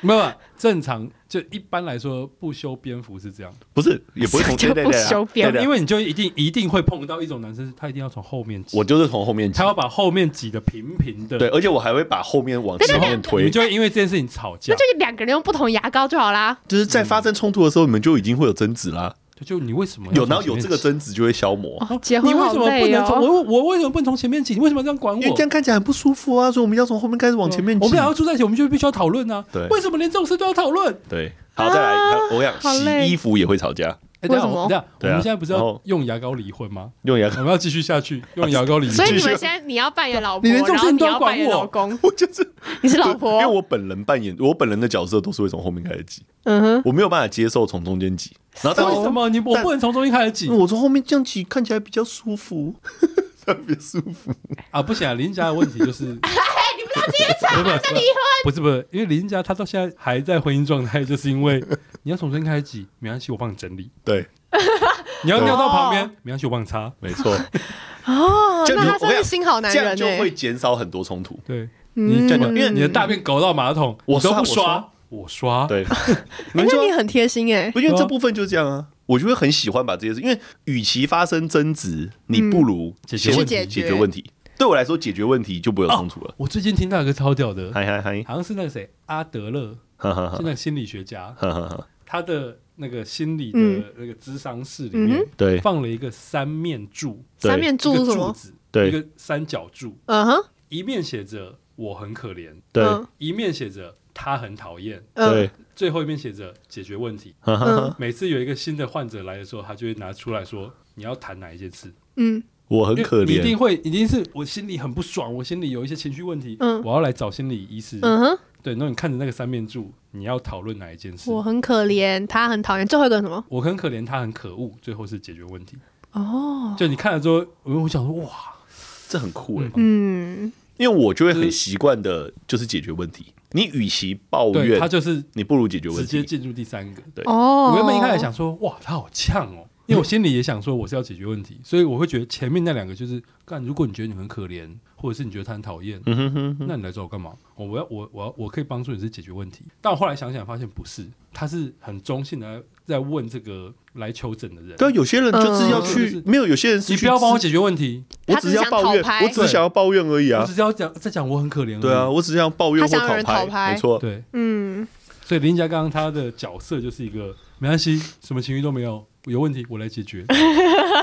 没有，啊正常就一般来说不修边幅是这样，
不是也不会从
就
对对对
不修
啊，
边
对对啊
因为你就一定一定会碰到一种男生，是他一定要从后面挤，
我就是从后面挤
他，要把后面挤得平平的，
对，，而且我还会把后面往前面
你
推
们，就会因为这件事情吵架
那，就两个人用不同牙膏就好啦。
就是在发生冲突的时候，你们就已经会有争执啦，
就就你为什么要
有
从
然后
前
有
面
这个
挤
争执啊就会消磨。
哦，结婚
你为
好
什么不
累
能从
哦。
我我为什么不能从前面挤？你为什么要这样管我？哦
因为这样看起来很不舒服啊，所以我们要从后面开始往前面挤。
我们俩要住在一起，我们就必须要讨论啊。
对
为什么连这种事都要讨论？
对，好，再来，还我想
好累
洗衣服也会吵架，
哎，等一下
为什么
我等一下我
对啊
们现在不是
然
要
后
用牙膏离婚吗？
用牙
我
膏。
们要继续下去用牙膏离
<laughs> 所以
婚。
你们现在你要扮演老婆，
你连这种
然
事
后
情
你
都要
要
管
扮演
我
老公，
<laughs> 我就是
你是老婆
因为，我本人扮演我本人的角色都是会从后面开始挤，
嗯哼，
我没有办法接受从中间挤。然后但
为什么你我
但
不能从中间开始挤
因为嗯我从后面这样挤看起来比较舒服， <laughs> 特别舒服。
啊？不行啊，林家的问题就是， <laughs> 哎你不要直接吵，离婚。不是不是，因为林家他到现在还在婚姻状态，就是因为你要从中间开始挤，没关系，我帮你整理。
对，
你要尿到旁
哦
边，没关系，我帮你擦。
没 <laughs> 错，
哦，
就你
那他
我
真
跟
是
你讲
新好男
这样
人
就
呢
会。减少很多冲突。
对，
嗯
你
这样
因为你的
哎
大便搞到马桶，
嗯我
你都不
刷
刷
我刷，
我刷。
<laughs> 对，啊你
哎
们，
那
说
你很贴心哎，
不，因为
对啊
这部分就是这样啊。我就会很喜欢把这些事，因为与其发生争执，你不如
解决
先
问哦
题嗯去解决
解决问题。对我来说，解决问题就不会有冲突了。
我最近听到一个超屌的，
嗨啊嗨嗨，
好像是那个谁阿德勒，
哈哈哈
就那个心理学家，
哈哈哈，
他的那个心理
嗯
的那个智商室里面
嗯对
放了一个三面柱，
对
三面
一
柱
个
是什
柱
么？
子，
对
一个三角柱，
嗯哼，
一面写着我很可怜，
对
嗯
一面写着他很讨厌，
对
嗯，，
最后一面写着解决问题。
哈哈哈，
每次有一个新的患者来的时候，他就会拿出来说。你要谈哪一件事？
嗯，
我很
因为
可
你一定
怜，
会，一定是我心里很不爽，我心里有一些情绪问题，
嗯
我要来找心理医师。
嗯哼，
对，那你看着那个三面柱，你要讨论哪一件事？
我很可怜，他很讨厌，最后一个是什么？
我很可怜，他很可恶，最后是解决问题。
哦，
就你看了之后，我我想说，哇，
这很酷哎
嗯。
嗯，
因为我就会
就是
很习惯的，就是解决问题。你与其抱
对
怨
他，就是
你不如解决问
直接
题。
进入第三个。
对
哦，
我原本一开始想说，哇，他好呛哦，因为我心里也想说我是要解决问题，所以我会觉得前面那两个就是，干，如果你觉得你很可怜，或者是你觉得他很讨厌，
嗯哼哼哼，
那你来找我干嘛？我我要我我要我可以帮助你是解决问题，但我后来想想发现不是，他是很中性的在问这个来求诊的人，
对啊，有些人就是要
嗯就
去
是，
没有有些人是
你
去
不要帮我
自，
解决问题，
我
他
只
只
是
是
要
想
抱怨
讨，拍
我只是想要抱怨而已
我
啊
只。是要讲在讲我很可怜而已。
对啊，我只是想抱
他
怨或
想要有人
讨
讨拍
没错。
对。
嗯，
所以林家刚刚他的角色就是一个没关系，什么情绪都没有，有问题我来解
<laughs>
决。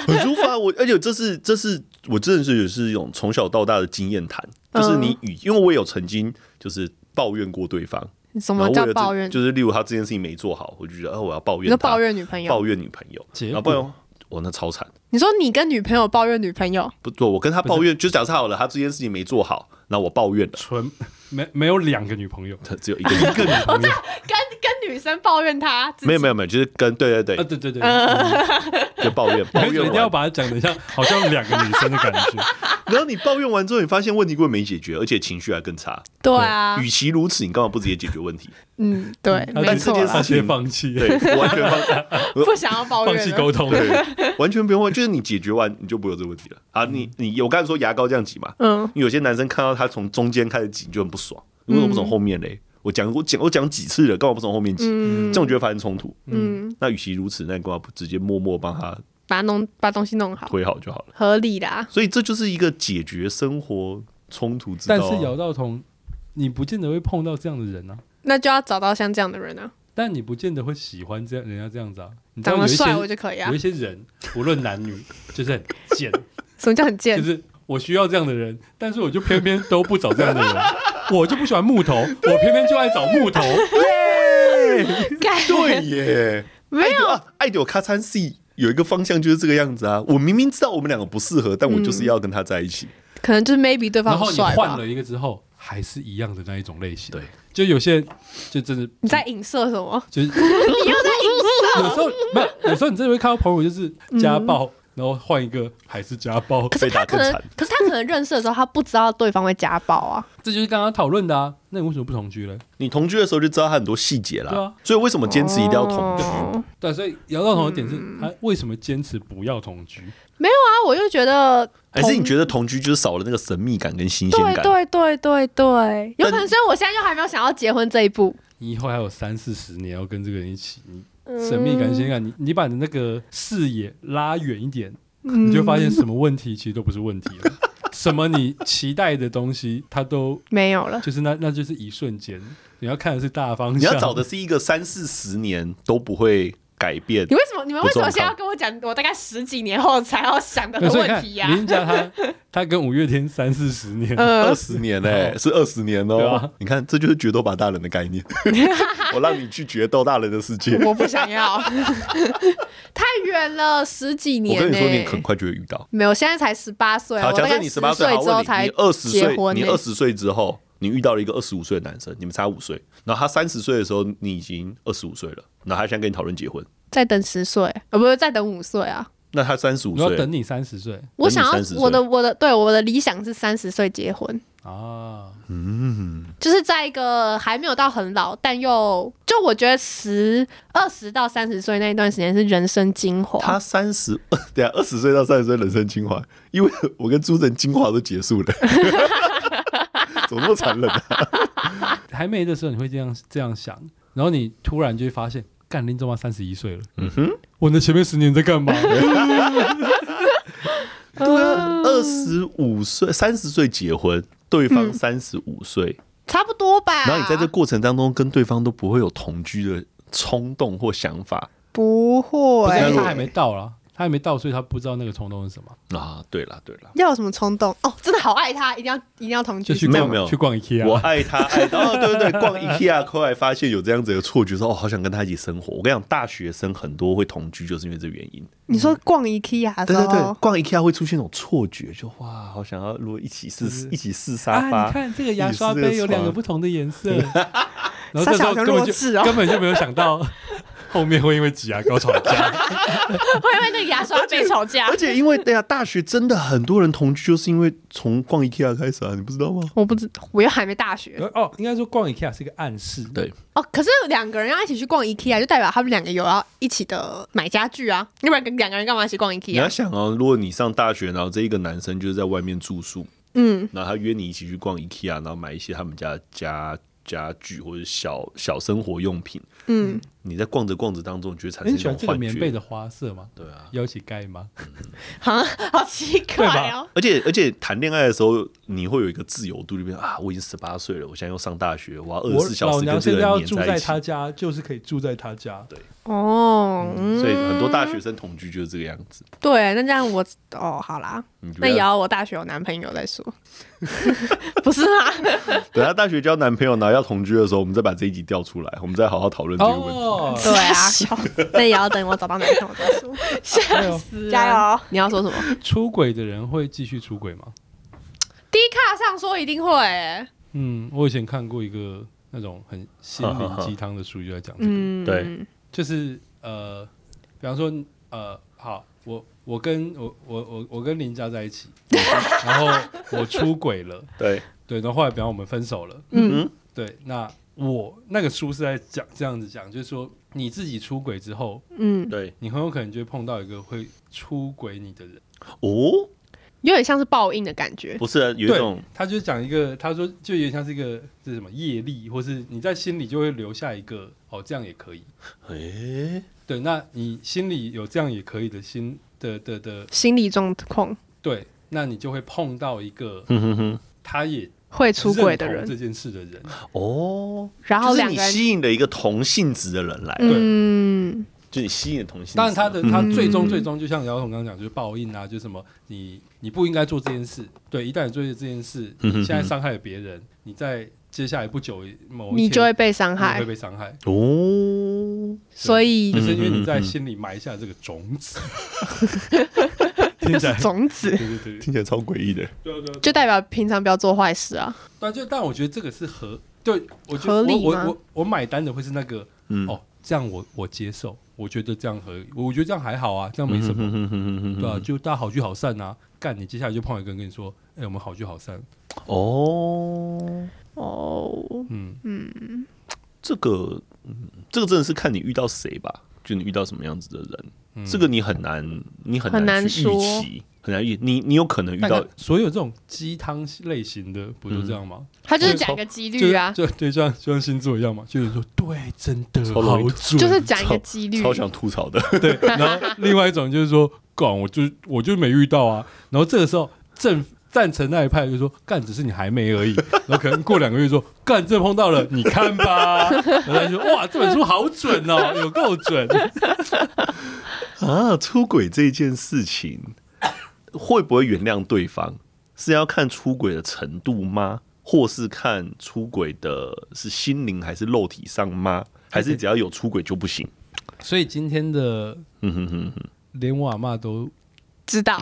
很舒服啊！我而且这是这是我真的是也是一种从小到大的经验谈，
嗯
就是你与因为我有曾经就是抱怨过对方，
什
然
么
后为
叫
了
抱怨
这？就是例如他这件事情没做好，我就觉得哦我要抱
你
怨
说
他，
抱怨女朋友？
抱怨女朋友，
结
然
果
后抱怨我那超惨，
你说你跟女朋友抱怨女朋友？
不做我跟他抱怨，就假设好了，他这件事情没做好，那我
<laughs>
抱怨了，
纯没没有两个女朋友，
他只有一个一个女朋
跟
友，
跟女生抱怨她？
没有没有没有，就是跟对对
啊
对，
对对对，
呃
就抱怨抱
我一
怨
定要
完，
把它讲的像好像两个女生的感觉。
然后你抱怨完之后，你发现问题根本没解决，而且情绪还更差。
对啊，
与其如此，你干嘛不直接解决问题？
嗯，对，
啊
<laughs> 没
但这
错
件
啦，
他先放弃，
对，我完全放。
不想要抱
放
怨
弃
了。
沟通。
对，完全不用问，就是你解决完你就不会有这个问题了啊！你你我刚才说牙膏这样挤嘛，
嗯，
有些男生看到他从中间开始挤就很不爽，你为什么不从后面嘞？我讲我讲我讲几次了，干嘛不从后面挤？这种就会发生冲突。
嗯，
那与其如此，那你干嘛不直接默默帮他
把它弄把东西弄好，
推好就好了？
合理啦。
所以这就是一个解决生活冲突之道
但
啊。
是姚道彤，你不见得会碰到这样的人啊，
那就要找到像这样的人啊，
但你不见得会喜欢这样人家这样子啊。你知道有
长得
一些
帅我就可以啊
有一。些人，无论男
<laughs>
女，就是很贱。
什么叫很
就
贱？
是我需要这样的人，但是我就偏偏都不找这样的人，我就不喜欢木
<laughs>
头，我偏偏就爱找木头。
干
对耶，
没
有啊，爱丢咔嚓 C 有一个方向就是这个样子啊。我明明知道我们两个不适合，但我就是要跟他在一起。
可能就是 maybe 对
然
方
后
很
你
帅
换
吧。
了一个之后，还是一样的那一种类型。
对，
就有些人就真的
你在影射
<laughs>
什么？
就是你又在有时候没有，有时候你真的会看到朋友就是家暴，然后换一个还是家暴，
被打
可
更
能
惨。，
可是
他可能认识的时候，他不知道对方会家暴啊。
这就是刚刚讨论的啊。那你为什么不同居嘞？
你同居的时候就知道他很多细节啦，
对啊
所以为什么 <laughs> 坚持一定要同居？
哦
对，啊所以姚道彤的点是，他为什么坚持不要同居？
啊，我就觉得
还是你觉得同居就是少了那个神秘感跟新鲜
对
感？
对对对对，
但
有可能虽然我现在就还没有想要结婚这一步，
你以后还有三四十年要跟这个人一起，你
嗯
神秘感、先感，你你把你那个视野拉远一点，
嗯
你就发现什么问题其实都不是问题了，什么你期待的东西，它都
没有了。
就是那那就是一瞬间。你要看的是大方向，
你要找的是一个三四十年都不会改变
你，为什么你们为什么
不重
现在
要
要跟我讲我大概十几年后才要
<laughs>
想的
对所以
问
看
题
啊
呀、
林家 <laughs> 他他跟五月天三四十年，
二
呃，
十年哎、是二十年哦、
对啊
你看，这就是决斗吧大人的
<laughs>
概念。我让你去决斗大人的世界。
我不想要， <laughs> 太远了，十几
我
年、欸。
跟你说，你很快就会遇到。
没有，现在才十八岁，
好，
我
假
大
设
概
你十
10
八岁，
岁
好，
之
问
后
你
才
你二十
结
岁
婚，欸
你
呢、
二十岁之后，你遇到了一个二十五岁的男生，你们差五岁，然后他三十岁的时候，你已经二十五岁了，然后他现在跟你讨论结婚，
再等十岁，呃，不是再等五岁啊。
那他三十五
我要
岁，
等你三十岁
我想要
30岁
我的我的对我的理想是三十岁结婚，
啊，
就是在一个还没有到很老，但又就我觉得十二十到三十岁那一段时间是人生精
他
华。
三十， <laughs> 对啊，二十岁到三十岁人生精华，因为我跟朱晨精华都结束了， <laughs> 怎么那么残忍啊？
还没的时候你会这样这样想，然后你突然就会发现，干林中华三十一岁了，嗯哼，我那前面十年在
<laughs>
干嘛？
对
嗯
啊，二十五岁、三十岁结婚，对
嗯
方三十五岁，
啊
差不多吧。
然后你在这过程当中跟对方都不会有同居的冲动或想法
不
不会
是因为他还没到啦，他还没到，所以他不知道那个冲动是什么，
啊。对了，对了。
要有什么冲动哦？真的好爱他，一定要一定要同居
就。去
没有
逛
没有
去逛
我
IKEA，
爱他，爱到哦，对对对，逛 IKEA，后来发现有这样子的错觉，说哦，好想跟他一起生活。我跟你讲，大学生很多会同居，就是因为这个原因。
你说逛 IKEA 的
对
时
对
候，哦
哦
对，逛 IKEA 会出现那种错觉，就哇，好想要如果一起试一起试沙
啊，
发，
你看这个牙刷杯有两个不同的颜色， <laughs> 然后这时
<laughs>
候
傻小
根
子
本
弱智
就
哦
根本就没有想到后面会因为挤牙膏吵
<laughs>
架，
会因为那个牙刷被吵架
<laughs>
而，且因为对啊，大学真的很多人同居，就是因为从逛 IKEA 开始啊，你不知道吗？
我不知我又还没大学
哦，应该说逛 IKEA 是一个暗示，
对
哦。可是两个人要一起去逛 IKEA，就代表他们两个有要一起的买家具啊，要不然跟两个人干嘛一起逛
你要
IKEA？
想哦，如果你上大学，然后这一个男生就是在外面住宿，
嗯，
然后他约你一起去逛 IKEA，然后买一些他们家的家家具或者小小生活用品，
嗯，
你在逛着逛着当中，你就会产
哎
生
你
一
喜
种
欢这个
幻
棉被
觉。
的花色吗？
对啊，
要一起盖吗？
好，好奇怪哦。
而且而且谈恋爱的时候，你会有一个自由度，里面啊，我已经十八岁了，我现在又上大学，我要 <laughs> 二
我
十四小
老
时
娘
跟这
现
个
在要
人
住
黏在
在
一起。
他家，就是可以住在他家。
哦，嗯
所以呃很多大学生同居就是这个样子。
对，那这样我哦，好啦，
你不
那
要
也要我大学有男朋友再说，不是吗？
等他大学交男朋友，然后要同居的时候，我们再把这一集调出来，我们再好好讨论这个
哦
问题。
<laughs> 对啊
笑，
那也要等我找到男朋友再说，
哎
<laughs>
呦
加油！你要说什么？
出轨的人会继续出轨吗？
低卡上说一定会、欸，
嗯，我以前看过一个那种很心
<laughs>
灵鸡汤的书，就在讲这个，
嗯，
对，
就是呃，比方说呃，好，我我跟我我我我跟林家在一起，然后我出轨了，
<laughs> 对，
对，然后后来比方我们分手了，
嗯，
对，那我那个书是在讲这样子讲，就是说你自己出轨之后，
嗯，
对，
你很有可能就会碰到一个会出轨你的人。
哦，
有点像是报应的感觉。
不是啊有一
对，
种
他就讲一个，他说就有点像是一个这是什么业力，或是你在心里就会留下一个哦，这样也可以。
诶，
对，那你心里有这样也可以的心的的的，
心理状况
对，那你就会碰到一个
嗯哼哼哼，
他也
会出轨的
认同
人，
这件事的人，
哦，
然后
就是
两
你
个人，
吸引了一个同性质的人来，
对
嗯，
就你吸引了同性质。
当然他的
嗯
他最终最终就像姚总刚刚讲，就是报应啊，就是什么你你不应该做这件事，对，一旦你做这件事，
嗯哼
你现在伤害了别人，你在接下来不久某一
你就会
天
被伤
你
害
会，被嗯伤害，
嗯哦，
所以
就是因为你在心里埋下这个种子，听起
是
来
种子
对，对对对
听起来超诡异的。
对对，
就代表平常不要做坏事啊。
但就但我觉得这个是合对，我觉得
合
我
理
我
吗
我我买单的会是那个
嗯，
哦，这样我我接受，我觉得这样合理，我我觉得这样还好啊，这样没
没
什么。
么
对啊，就大家好聚好散啊。干，你接下来就碰到一个人跟你说，哎、我们好聚好散。
哦，
哦，
嗯，
这个、嗯这个真的是看你遇到谁吧，就你遇到什么样子的人，
嗯
这个你很难，你很
很
难
难
去预
说
期，很难预，你你有可能遇
但
到
看所有这种鸡汤类型的，不就这样吗？
他就是讲一个几
就
率
是
嗯啊，
就对，就像就像星座一样嘛，就有人说对，真的
超
好
容易
准，
就是讲一个几率。
超想吐槽的，
对。然后另外一种就是说，干，我就我就没遇到啊。然后这个时候正赞成那一派就说，干，只是你还没而已。然后可能过两个月说，干，真的碰到了，你看吧。然后他就说，哇，这本书好准哦，有够准。 <laughs>
啊，出轨这件事情会不会原谅对方，是要看出轨的程度吗？或是看出轨的是心灵还是肉体上吗？还是只要有出轨就不行？
所以今天的
嗯哼哼哼，
连我阿妈都
知道，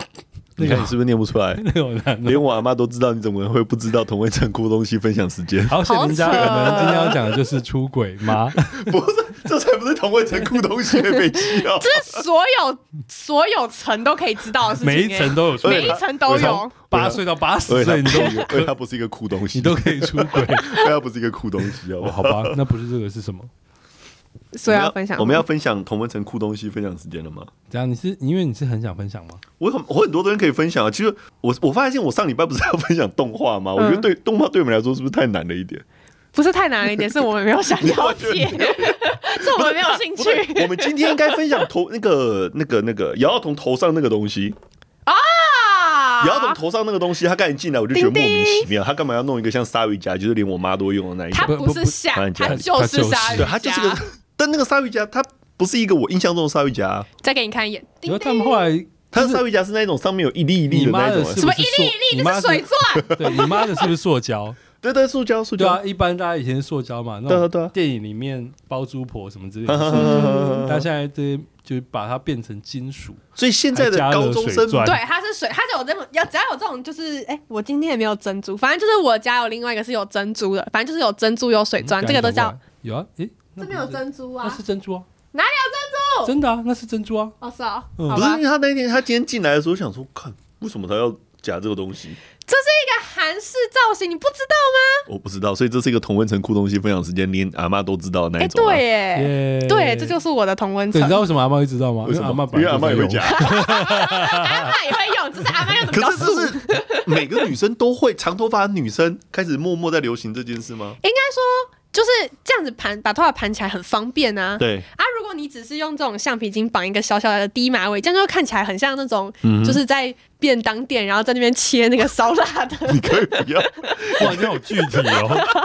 你看你是不是念不出来？
那种难的。？
连我阿妈都知道，你怎么会不知道同位成哭东西分享时间
好，谢谢
好
林家。
扯
我们今天要讲的就是出轨
<laughs>
吗？
<laughs> 不是，这才不是同位成哭东西会被气 <laughs>
<laughs>
哦。
这是所有所有层都可以知道的事情欸、
每一层都有出
对
每
轨
一，层都有。
八岁到八十
而
岁
且
你
它
都
不是一个，而且它不是一个酷东西，
你都可以出 <laughs> 轨。
而且它不是一个酷东西哦
哦，。好吧，那不是这个是什么？
所以要啊分享吗，
我们要分享同文成酷东西分享时间了吗？
这样你是因为你是很想分享吗？
我很我很多东西可以分享啊。其实我我发现我上礼拜不是要分享动画
嗯
吗？我觉得对动画对我们来说是不是太难了一
<laughs>
点？
不是太难了一点，是我们没有 <laughs> 想了解，是我们没有兴
不对
趣。，
我们今天应该分享头那个那个那个姚耀彤头上那个东西。
啊
姚耀彤头上那个东西，他刚才进来我就觉得莫名其妙，他干嘛要弄一个像鲨鱼夹，就是连我妈都会用的那一
他
种？
不不
不是
不
当
想，
然
他
假的
就是
他
鲨
就是
鱼
对，他就是个
夹。
但那个鲨鱼夹，它不是一个我印象中的鲨鱼夹啊，
再给你看一眼，
然后他们后来
它的鲨鱼夹是那种上面有一粒一粒
你
的那
妈
一
的
种
是
啊。
什
不
么
是
一
塑
粒一粒
你
那
妈
是水钻，
对你妈的是不是塑
<laughs>
胶？
对对，塑胶塑
对
胶
啊，。一般大家以前塑胶嘛，那
对啊
种
对啊
电影里面包租婆什么之类
哈哈
的，
哈
<laughs>
哈哈
大家现在这些就把它变成金属。
所以现在的高中生
还加了水钻
对，它是水，它就有这么要，只要有这种就是，哎，我今天也没有珍珠，反正就是我家有另外一个是有珍珠的，反正就是有珍珠有水钻，这个都叫
有啊？诶，那
这
不
边有
是
珍珠
那
啊
是，珍珠啊，
哪里有珍珠？
真的啊，那是珍珠啊。
哦，是哦，
嗯
好
不是
吧
因为，他那天他今天进来的时候想说，看为什么他要夹这个东西，
这是一个韩式造型，你不知道吗？
我不知道，所以这是一个同温层酷东西分享时间，连阿妈都知道的那
哎，
一种、啊。
对，耶，
耶
对，这就是我的同
<laughs>
温
对，
层
你知。道为什么阿妈会知道吗？
为什
阿妈
么？因为阿妈也会夹，，
<laughs> 阿妈也会用，只是阿妈用的比
可
较
是
素。
这是每个女生都会，长头发的女生开始默默在流行这件事吗？
应该说就是这样子盘，把头发盘起来很方便啊。
对，
啊，如果你只是用这种橡皮筋绑一个小小的低马尾，这样就看起来很像那种，就是在便当店，然后在那边切那个烧腊的。
你可以不
<laughs>
要， <laughs>
哇，你好具体哦。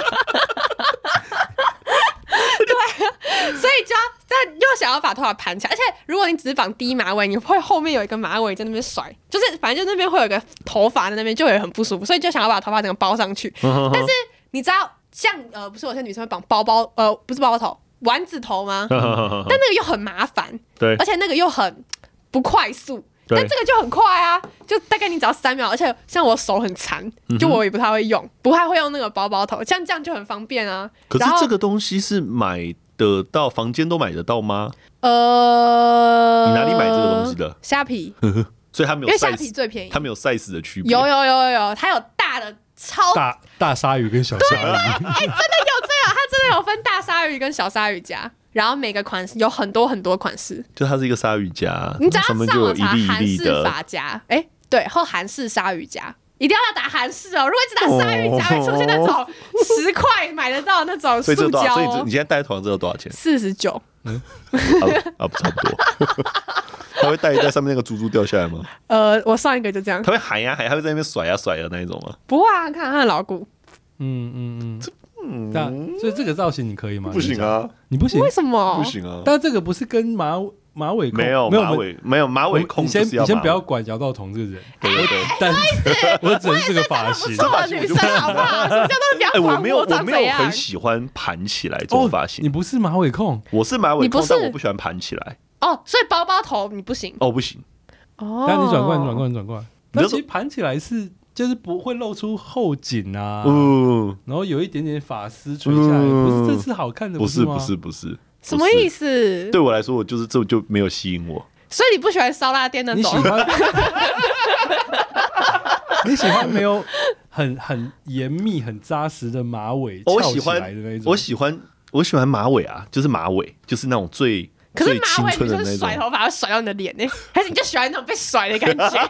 所以就要，但又想要把头发盘起来，而且如果你只是绑低马尾，你会后面有一个马尾在那边甩，就是反正就那边会有一个头发在那边，就会很不舒服，所以就想要把头发整个包上去。
嗯
但是你知道，像呃，不是有些女生会绑包包，呃，不是包包头，丸子头吗？
嗯
但那个又很麻烦，
对
而且那个又很不快速。
对
但这个就很快啊，就大概你只要三秒，而且像我手很残，
嗯
就我也不太会用，不太会用那个包包头，像这样就很方便啊。
可是
然后
这个东西是买得到，房间都买得到吗？
呃，
你哪里买这个东西的？
虾皮，
所以它没
因
<laughs> 有
为虾皮
size，
最便宜
它。没有 size 的区别。
有有有有有，它有大的超，
大大鲨鱼跟小鲨鱼，
啊
哎、真的有这样，它真的有分大鲨鱼跟小鲨鱼夹，然后每个款式有很多很多款式，
就它是一个鲨鱼夹，
你只要
上面
上
就有
网
一
查
粒
韩
一粒
式
的。
发夹，
嗯
哎、对，或韩式鲨鱼夹。一定要打韩式哦！如果一直打鲨鱼夹，会出现那种十块买得到那种
哦所以这
塑
个多
胶
少？所以你这
哦
你，现在戴在头上这个多少钱？
四十九。
啊啊，不差不多。
<laughs>
他会戴一戴上面那个珠珠掉下来吗？
呃，我上一个就这 <laughs> 样
他，会喊呀喊，他会在那边甩呀甩呀那一种吗？
不会啊，看它的老骨，
<laughs> 嗯嗯嗯，那所以这个造型你可以吗？
不行啊，
你不行
为，什么？
不行啊，
哦但这个不是跟马马尾控
没有
没有
马
我们
尾，没有马
我
尾
们
控
你
就
先
是要
你先不要
马尾，
管姚道彤这个人，
对
<laughs>
对对。
但我只能是个发型。
做了女生好不好？什么叫做不要
哎，我
管
没有，我
长
没
怎
有
样
很？喜欢盘起来这种发
哦你
型。
不是马尾控，
哦
我是马尾
你不
控，但
是
我不喜欢盘起来。
哦，所以包包头你不行
哦，不行，
哦。
但你转过来，你转过来，你转过来。
你
但
就
其实盘起来是就是不会露出后颈啊，
嗯，
然后有一点点发丝垂下来，不是这是好看的，
不是
吗
不是不是，
什么意思？
对我来说，我就是这就没有吸引我。
所以你不喜欢烧腊店那
你喜
种？
<laughs> 欢，你喜欢没有很很严密、很扎实的马尾
我
翘
喜
起
欢
来的那一，种？
我喜欢，我喜欢马尾啊，就是马尾，就是那种最
可
最
是
青
马尾
春
你
的
就是
那
甩
种。
头发会甩到你的脸呢、 <laughs> 还是你就喜欢那种被甩的感
<laughs>
觉，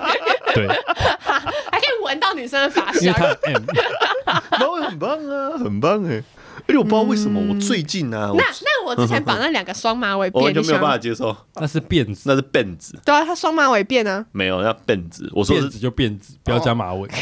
对，
还可以闻到女生的发
因为
香？
他 M，
马尾很棒啊，很棒哎、而且我不知道为什么，我最近啊，
嗯
我
那那我之前绑那两个双马尾
<laughs> 我
辫，
完
你
全没
喜
有办法
欢？
接受，
那是辫子，
那是辫子，
对啊，他双马尾辫啊，
没有那辫子，我 <laughs> 说
辫
的
子
是哦
就辫子，不要加马尾。 <laughs>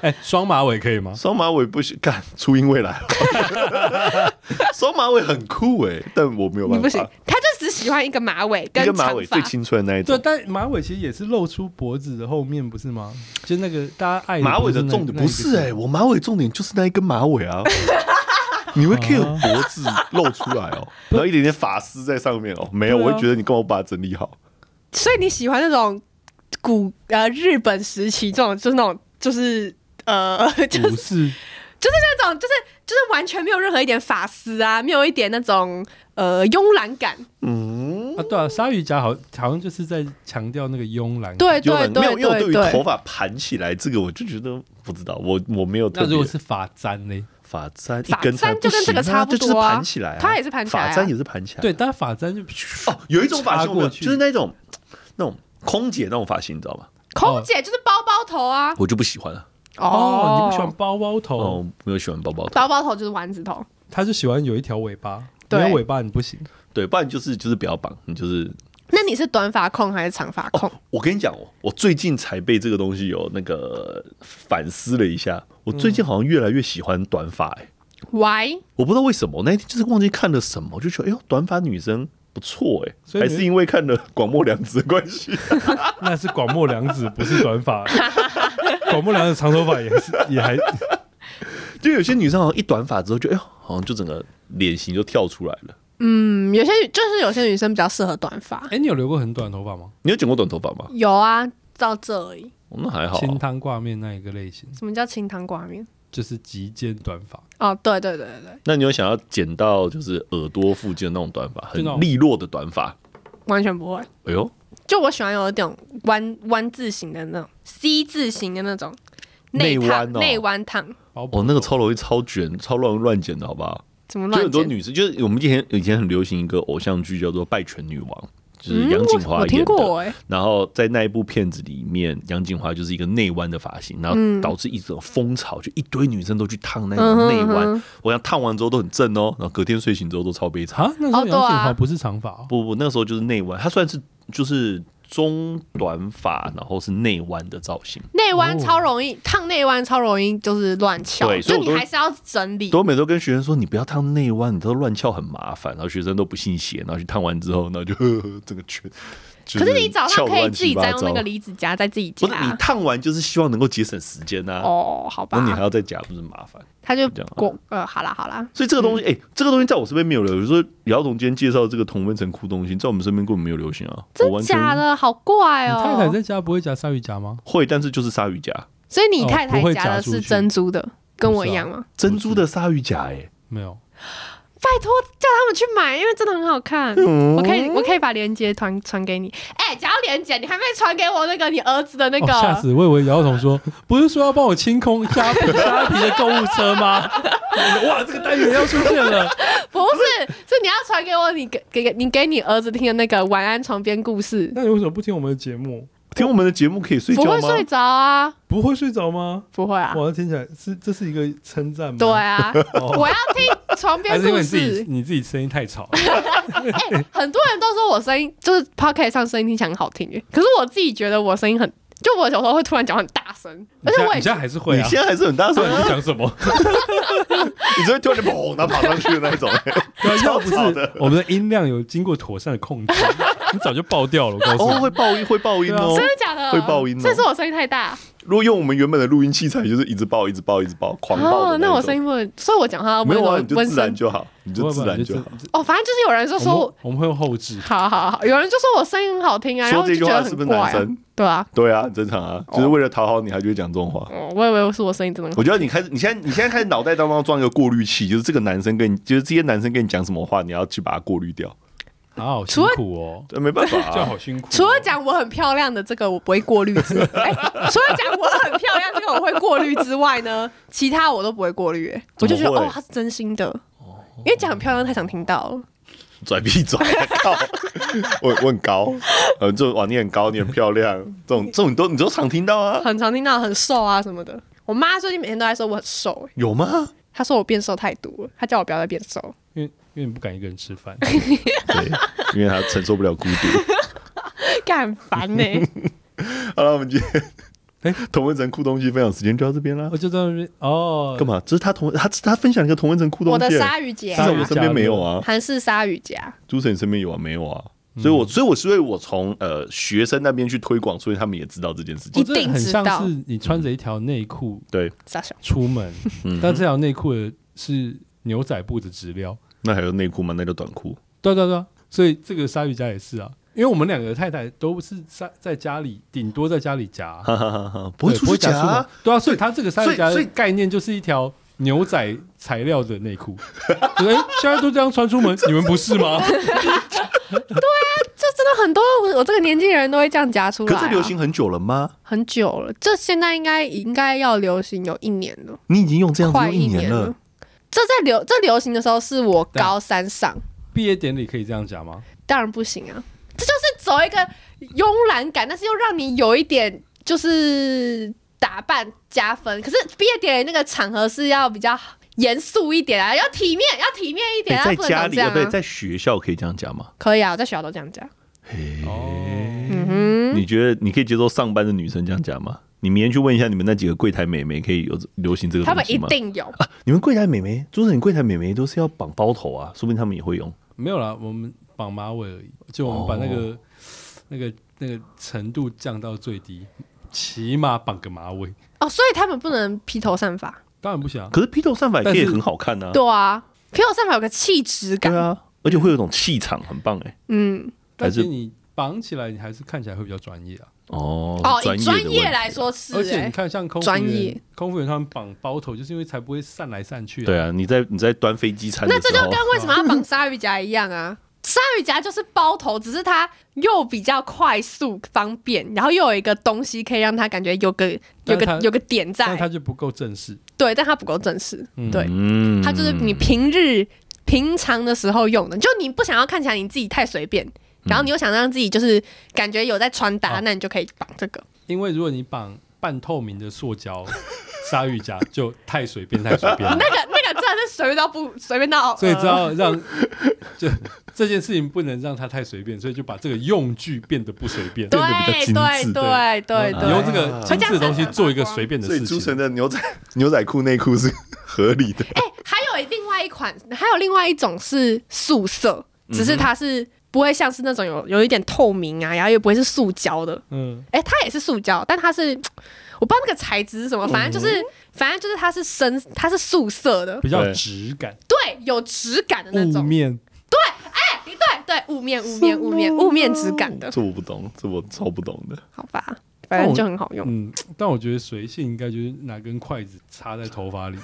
哎，双马尾可以吗？
双马尾不行，干初音未来 <laughs> 了，双马尾很酷哎、但我没有
你
办
不
法，
行，他就只喜欢一个马尾
啊一
跟
个
长
马
发。
尾最青春的那一
对，
种。
但马尾其实也是露出脖子的后面，不是吗？就那个大家爱
马尾的
哎不是那
重点不是哎、
那一个
我马尾重点就是那一根马尾啊。你会 care 脖子露出来
<laughs>
哦，然后一点点发丝在上面哦，没有，
对啊
我会觉得你干嘛不把它整理好？
所以你喜欢那种古呃日本时期这种，就是那种就是呃 <laughs> 就是
不是
那种就是就是完全没有任何一点发丝啊，没有一点那种呃慵懒感。
嗯，
啊，对啊，鲨鱼夹好好像就是在强调那个慵懒。，
对
有
对
没有，
对
因为我对
对
于头
对，
发盘起来这个，我就觉得不知道，我我没有特
那如
别
果是发簪呢？
发簪一
发
根才
簪就跟这个
行啊
差不
就是
多啊
盘起来啊，
它也是盘起来啊
发簪也是盘起来。
对，但发簪就
哦，有一种发
插
型我没有
过去
就是那种那种空姐那种发型，你知道吗？
空姐就是包包头啊。
我就不喜欢了。
哦，你不喜欢包包头，
哦，没有喜欢包包头。
包包头就是丸子头，
他就喜欢有一条尾巴，
对
没有尾巴你不行。 <laughs>
对，不然就是就是不要绑，你就是。
那你是短发控还是长发控？
我跟你讲哦，我最近才被这个东西有那个反思了一下，我最近好像越来越喜欢短发、欸，
喂，
我不知道为什么，我那天就是忘记看了什么，我就觉得哎呦，短发女生不错哎、
所以
还
你
是因为看了广末凉子的关系。
那是广末凉子，不是短发。 <laughs> 广末凉子长头发也是也 <laughs> 还，
<laughs> 就有些女生好像一短发之后就，哎呦，好像就整个脸型就跳出来了。
嗯，有些就是有些女生比较适合短发
哎，你有留过很短的头发吗？
你有剪过短头发吗？
有啊，到这而已。
哦那还好啊、
清汤挂面那一个类型，
什么叫清汤挂面？
就是及肩短发，
哦，对对对对对，
那你有想要剪到就是耳朵附近的那种短发，
就那种
很利落的短发？
完全不会。
哎呦，
就我喜欢有一种弯弯字形的那种 C 字形的那种
内
烫
弯哦
内弯烫，
包包
哦，那个超容易超卷、超乱乱剪的好不好？
怎么
就
乱
很多
剪？
女生，就是我们以前以前很流行一个偶像剧叫做《拜权女王》，就是杨锦
我
华
嗯我听
演的。
过哎、
然后在那一部片子里面，杨锦华就是一个内弯的发型，然后导致一种风潮，就一堆女生都去烫那
嗯
种
哼
内弯。
嗯哼
我想烫完之后都很正哦，然后隔天睡醒之后都超悲惨。
啊，那时候杨
哦对啊
锦华不是长发哦，
不不，那个时候就是内弯，它算是就是中短发，然后是内弯的造型。
内弯
哦
超容易、烫，内弯超容易就是乱翘，
对
就
所以我
你
都
还是要整理。
都每都跟学生说，你不要烫内弯，你知道乱翘很麻烦，然后学生都不信邪，然后去烫完之后，然后就 <laughs> 呵呵整个圈。
可是你早上可以自己再
再
用那个离子夹再自己夹
不是你烫完就是希望能够节省时间呐、啊，
哦，好
那、你还
吧，
要再夹，不是麻烦？
他就
这样啊
过呃，好啦好啦，
所以这个东西，
嗯
哎、这个东西在我身边没有流行。比如说姚总今天介绍这个同温层酷东西，在我们身边根本没有流行啊，我
真
完全
假的好怪
你
哦、
太太在家不会夹鲨鱼夹吗？
会，但是就是鲨鱼夹，
所以你太
哦
太
不会
夹的
夹出
是
去
珍珠的，跟我
不是啊
一样吗？
珍珠的鲨鱼夹、哎。
没有，
拜托叫他们去买，因为真的很好看。
嗯
我可以，我可以把链接传传给你。哎、讲到链接，你还没传给我那个你儿子的那
哦，
个，
吓死！我以为姚总说不是说要帮我清空虾皮虾皮的购物车吗？ <laughs> 哇，这个单元要出现了，
不是，是你要传给我你给给你给你儿子听的那个晚安床边故事，
那你为什么不听我们的节目？
听我们的节目可以
<laughs>
睡
不
觉
会
吗？
睡着啊，
不会睡着吗？
不会啊，
哇，听起来是这是一个称赞吗？
对
<laughs>
啊，
哦，
我要听床
<laughs> 还
边
是因
故
为你自己
事。
你自己声音太吵了，
哎、很多人都说我声音就是 p o c k e t 上声音听起来很好听耶，可是我自己觉得我声音很，就我有时候会突然讲话很大声，
你
而且
现在
我
你
也
现在还是会
你
啊？
现在还是很大
不
声、
然
啊
你，讲什么？
你只会突
<laughs>
然间砰，然后爬上去的那一种、
<laughs> <laughs> 对啊，要不
超吵
是
的
<laughs> 我们的音量有经过妥善的控制，你早就爆掉了，我告诉
哦，
你。
会爆音，会爆音哦
真。的假的？
会爆音哦
这是我声音太大
如果用我们原本的录音器材，就是一直爆，一直爆，一直爆，狂爆的
啊那
一
我
种
声音不能，所以我讲话要
没有啊，
温
你
柔
就
温
自然
声。
就好，你
不
就
会吧
自然就
这
好。
这
哦，反正就是有人就说
我
我
们，我们会用后置，
好好好，有人就说我声音很好听啊，然
说
后我
这
就
句
觉
话
得
是
很
不是
怪
男
啊，
生？
对啊，
对啊，很正常啊，就是为了讨好你，还就会讲这种话。
哦我以为是我声音真的很好，
我觉得你开始，你现在你现在开始脑袋当中装一个过滤器，就是这个男生跟你，就是这些男生跟你讲什么话，你要去把它过滤掉。
啊，好辛
除了
苦哦，
对，没办
<laughs>
法、
这样
啊，
好辛苦
<laughs>
哦。
除了讲我很漂亮的这个我不会过滤
<laughs>
之，哎、除了讲我很漂亮这个我会过滤之外呢， <laughs> 其他我都不会过滤、哎我就觉得
怎么会哦
哦，他是真心的，因为讲很漂亮太常听到了。
拽屁拽，靠！我我很高，呃，这种哇，你很高，你很漂亮，这种这种你都你都常听到啊？
很常听到很瘦啊什么的。我妈最近每天都在说我很瘦、欸，
有吗？
她说我变瘦太多了，她叫我不要再变
<laughs>
瘦。
因为因为你不敢一个人吃饭，
对，因为他承受不了孤独。
干烦
欸
呢、
好了，我们今天
哎
同文城酷东西分享时间就到这边啦
我。就在那边哦，
干嘛？这是他同他他分享一个同文城酷东
我
西、
的
欸，
鲨鱼夹
至
鲨
少
鱼
我身边没有啊。
韩式鲨鱼夹，
朱晨，你身边有啊？没有啊？所以我，所以我是为我从呃学生那边去推广，所以他们也知道这件事
我
情。
真的
一定
很
知
像
道
是你穿着一条内裤
对，
傻笑。
出门，
嗯，
但这条内裤的是牛仔布的质料，
那还有内裤吗？那叫短裤。
对啊对啊对啊，所以这个鲨鱼夹也是啊，因为我们两个太太都是在在家里，顶多在家里夹，
哈哈哈哈，呃不
对
会出去夹
夹出门
啊，，
对啊，所以它这个鲨鱼夹
所
的
以
概念就是一条牛仔材料的内
<laughs>
裤，对，哎现在都这样穿出门，你们不是吗？
这真的很多我我这个年纪的人都会这样夹出来、
可
啊，
这流行很久了吗？
很久了，这现在应该应该要流行有一年了，
你已经用这样子
快
用
一
一年
了
了，。
这在流这流行的时候是我
对啊
高三上，
毕业典礼可以这样夹吗？
当然不行啊，这就是走一个慵懒感，但是又让你有一点就是打扮加分。可是毕业典礼那个场合是要比较严肃一点啊，要体面，要体面一点啊，
在
不能
家
长
里
这样、
呃不对，
啊。
在学校可以这样夹吗？
可以啊，我在学校都这样讲。
哦，
嗯
你觉得你可以接受上班的女生这样夹吗？你明天去问一下你们那几个柜台美眉，可以有流行这
哼，
个
他们
东西
一
吗？
定
<laughs>
有。
你们柜台美眉，就是你柜台美眉都是要绑包头啊，说不定他们也会用。
没有啦，我们绑马尾而已，就我们把那
哦
个、那个那个程度降到最低，起码绑个马尾，
哦，所以他们不能披头散发。
当然不行啊。
可是披头散发也可以
但是
很好看呐、啊，
对啊，披头散发有个气质感。
对啊，而且会有一种气场，很棒哎、
嗯，
但
还
是
是
你绑起来，你还是看起来会比较专业啊。
哦
哦，以
专
专业
业的问题啊
来说是、
而且你
欸，
看，像空服
专
员
业，
空服员他们绑包头，就是因为才不会散来散去、啊。
对啊，你在你在端飞机餐的
那这
时
就
候，
跟为什么要绑鲨鱼夹一样
<laughs>
啊。鲨鱼夹就是包头，只是它又比较快速方便，然后又有一个东西可以让它感觉有个有
但它
个有个点
但
在，
他就不够正式。
对，但它不够正式，
嗯
对，
嗯
它就是你平日平常的时候用的，就你不想要看起来你自己太随便，
嗯
然后你又想让自己就是感觉有在穿搭，
哦
那你就可以绑这个。
因为如果你绑半透明的塑胶 <laughs> 鲨鱼夹，就太随便太随便了。
<laughs> 那个那个真的是随便到不随便到，
所以
呃
只要让 <laughs> 就这件事情不能让它太随便，所以就把这个用具变得不随便，
对
变得比较精致
呃
嗯
对对对
你用这
对，
个精致的东西做一个随便的
所以
事
朱
情
晨。的牛仔牛仔裤内裤是合理的，
哎、还有另外一款，还有另外一种是素色，
嗯
只是它是不会像是那种有有一点透明啊，然后又不会是塑胶的。
嗯，
哎、它也是塑胶，但它是我不知道那个材质是
嗯
什么，反正就是、反正就是它是深，它是素色的，
比较
对
质感，
对，有质感的那
雾
种。
面
对对，雾面雾面雾面雾面质感的，
哎这我不懂，这我超不懂的。
好吧，反正就很好用。
嗯，但我觉得随性应该就是拿根筷子插在头发里，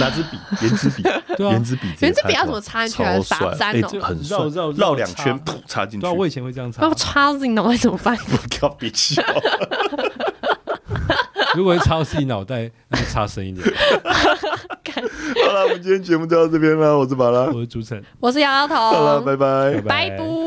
拿支笔，圆珠笔，
对啊
<laughs> 圆珠笔，
圆珠笔要怎么插进去啊
超帅
打粘
哎
哦
这很帅
绕绕，
绕两
插
圈，噗，插进去。
对啊，我以前会这样插
<laughs> 那，插进脑袋怎么办？ <laughs>
不靠别气哦，
如果会插到自己脑袋，那就插深一点。
好了，我们今天节目就到这边了，我是马拉，
我是主持人，
我是摇摇头，
<laughs> 好了，拜拜
哎
拜。
拜拜。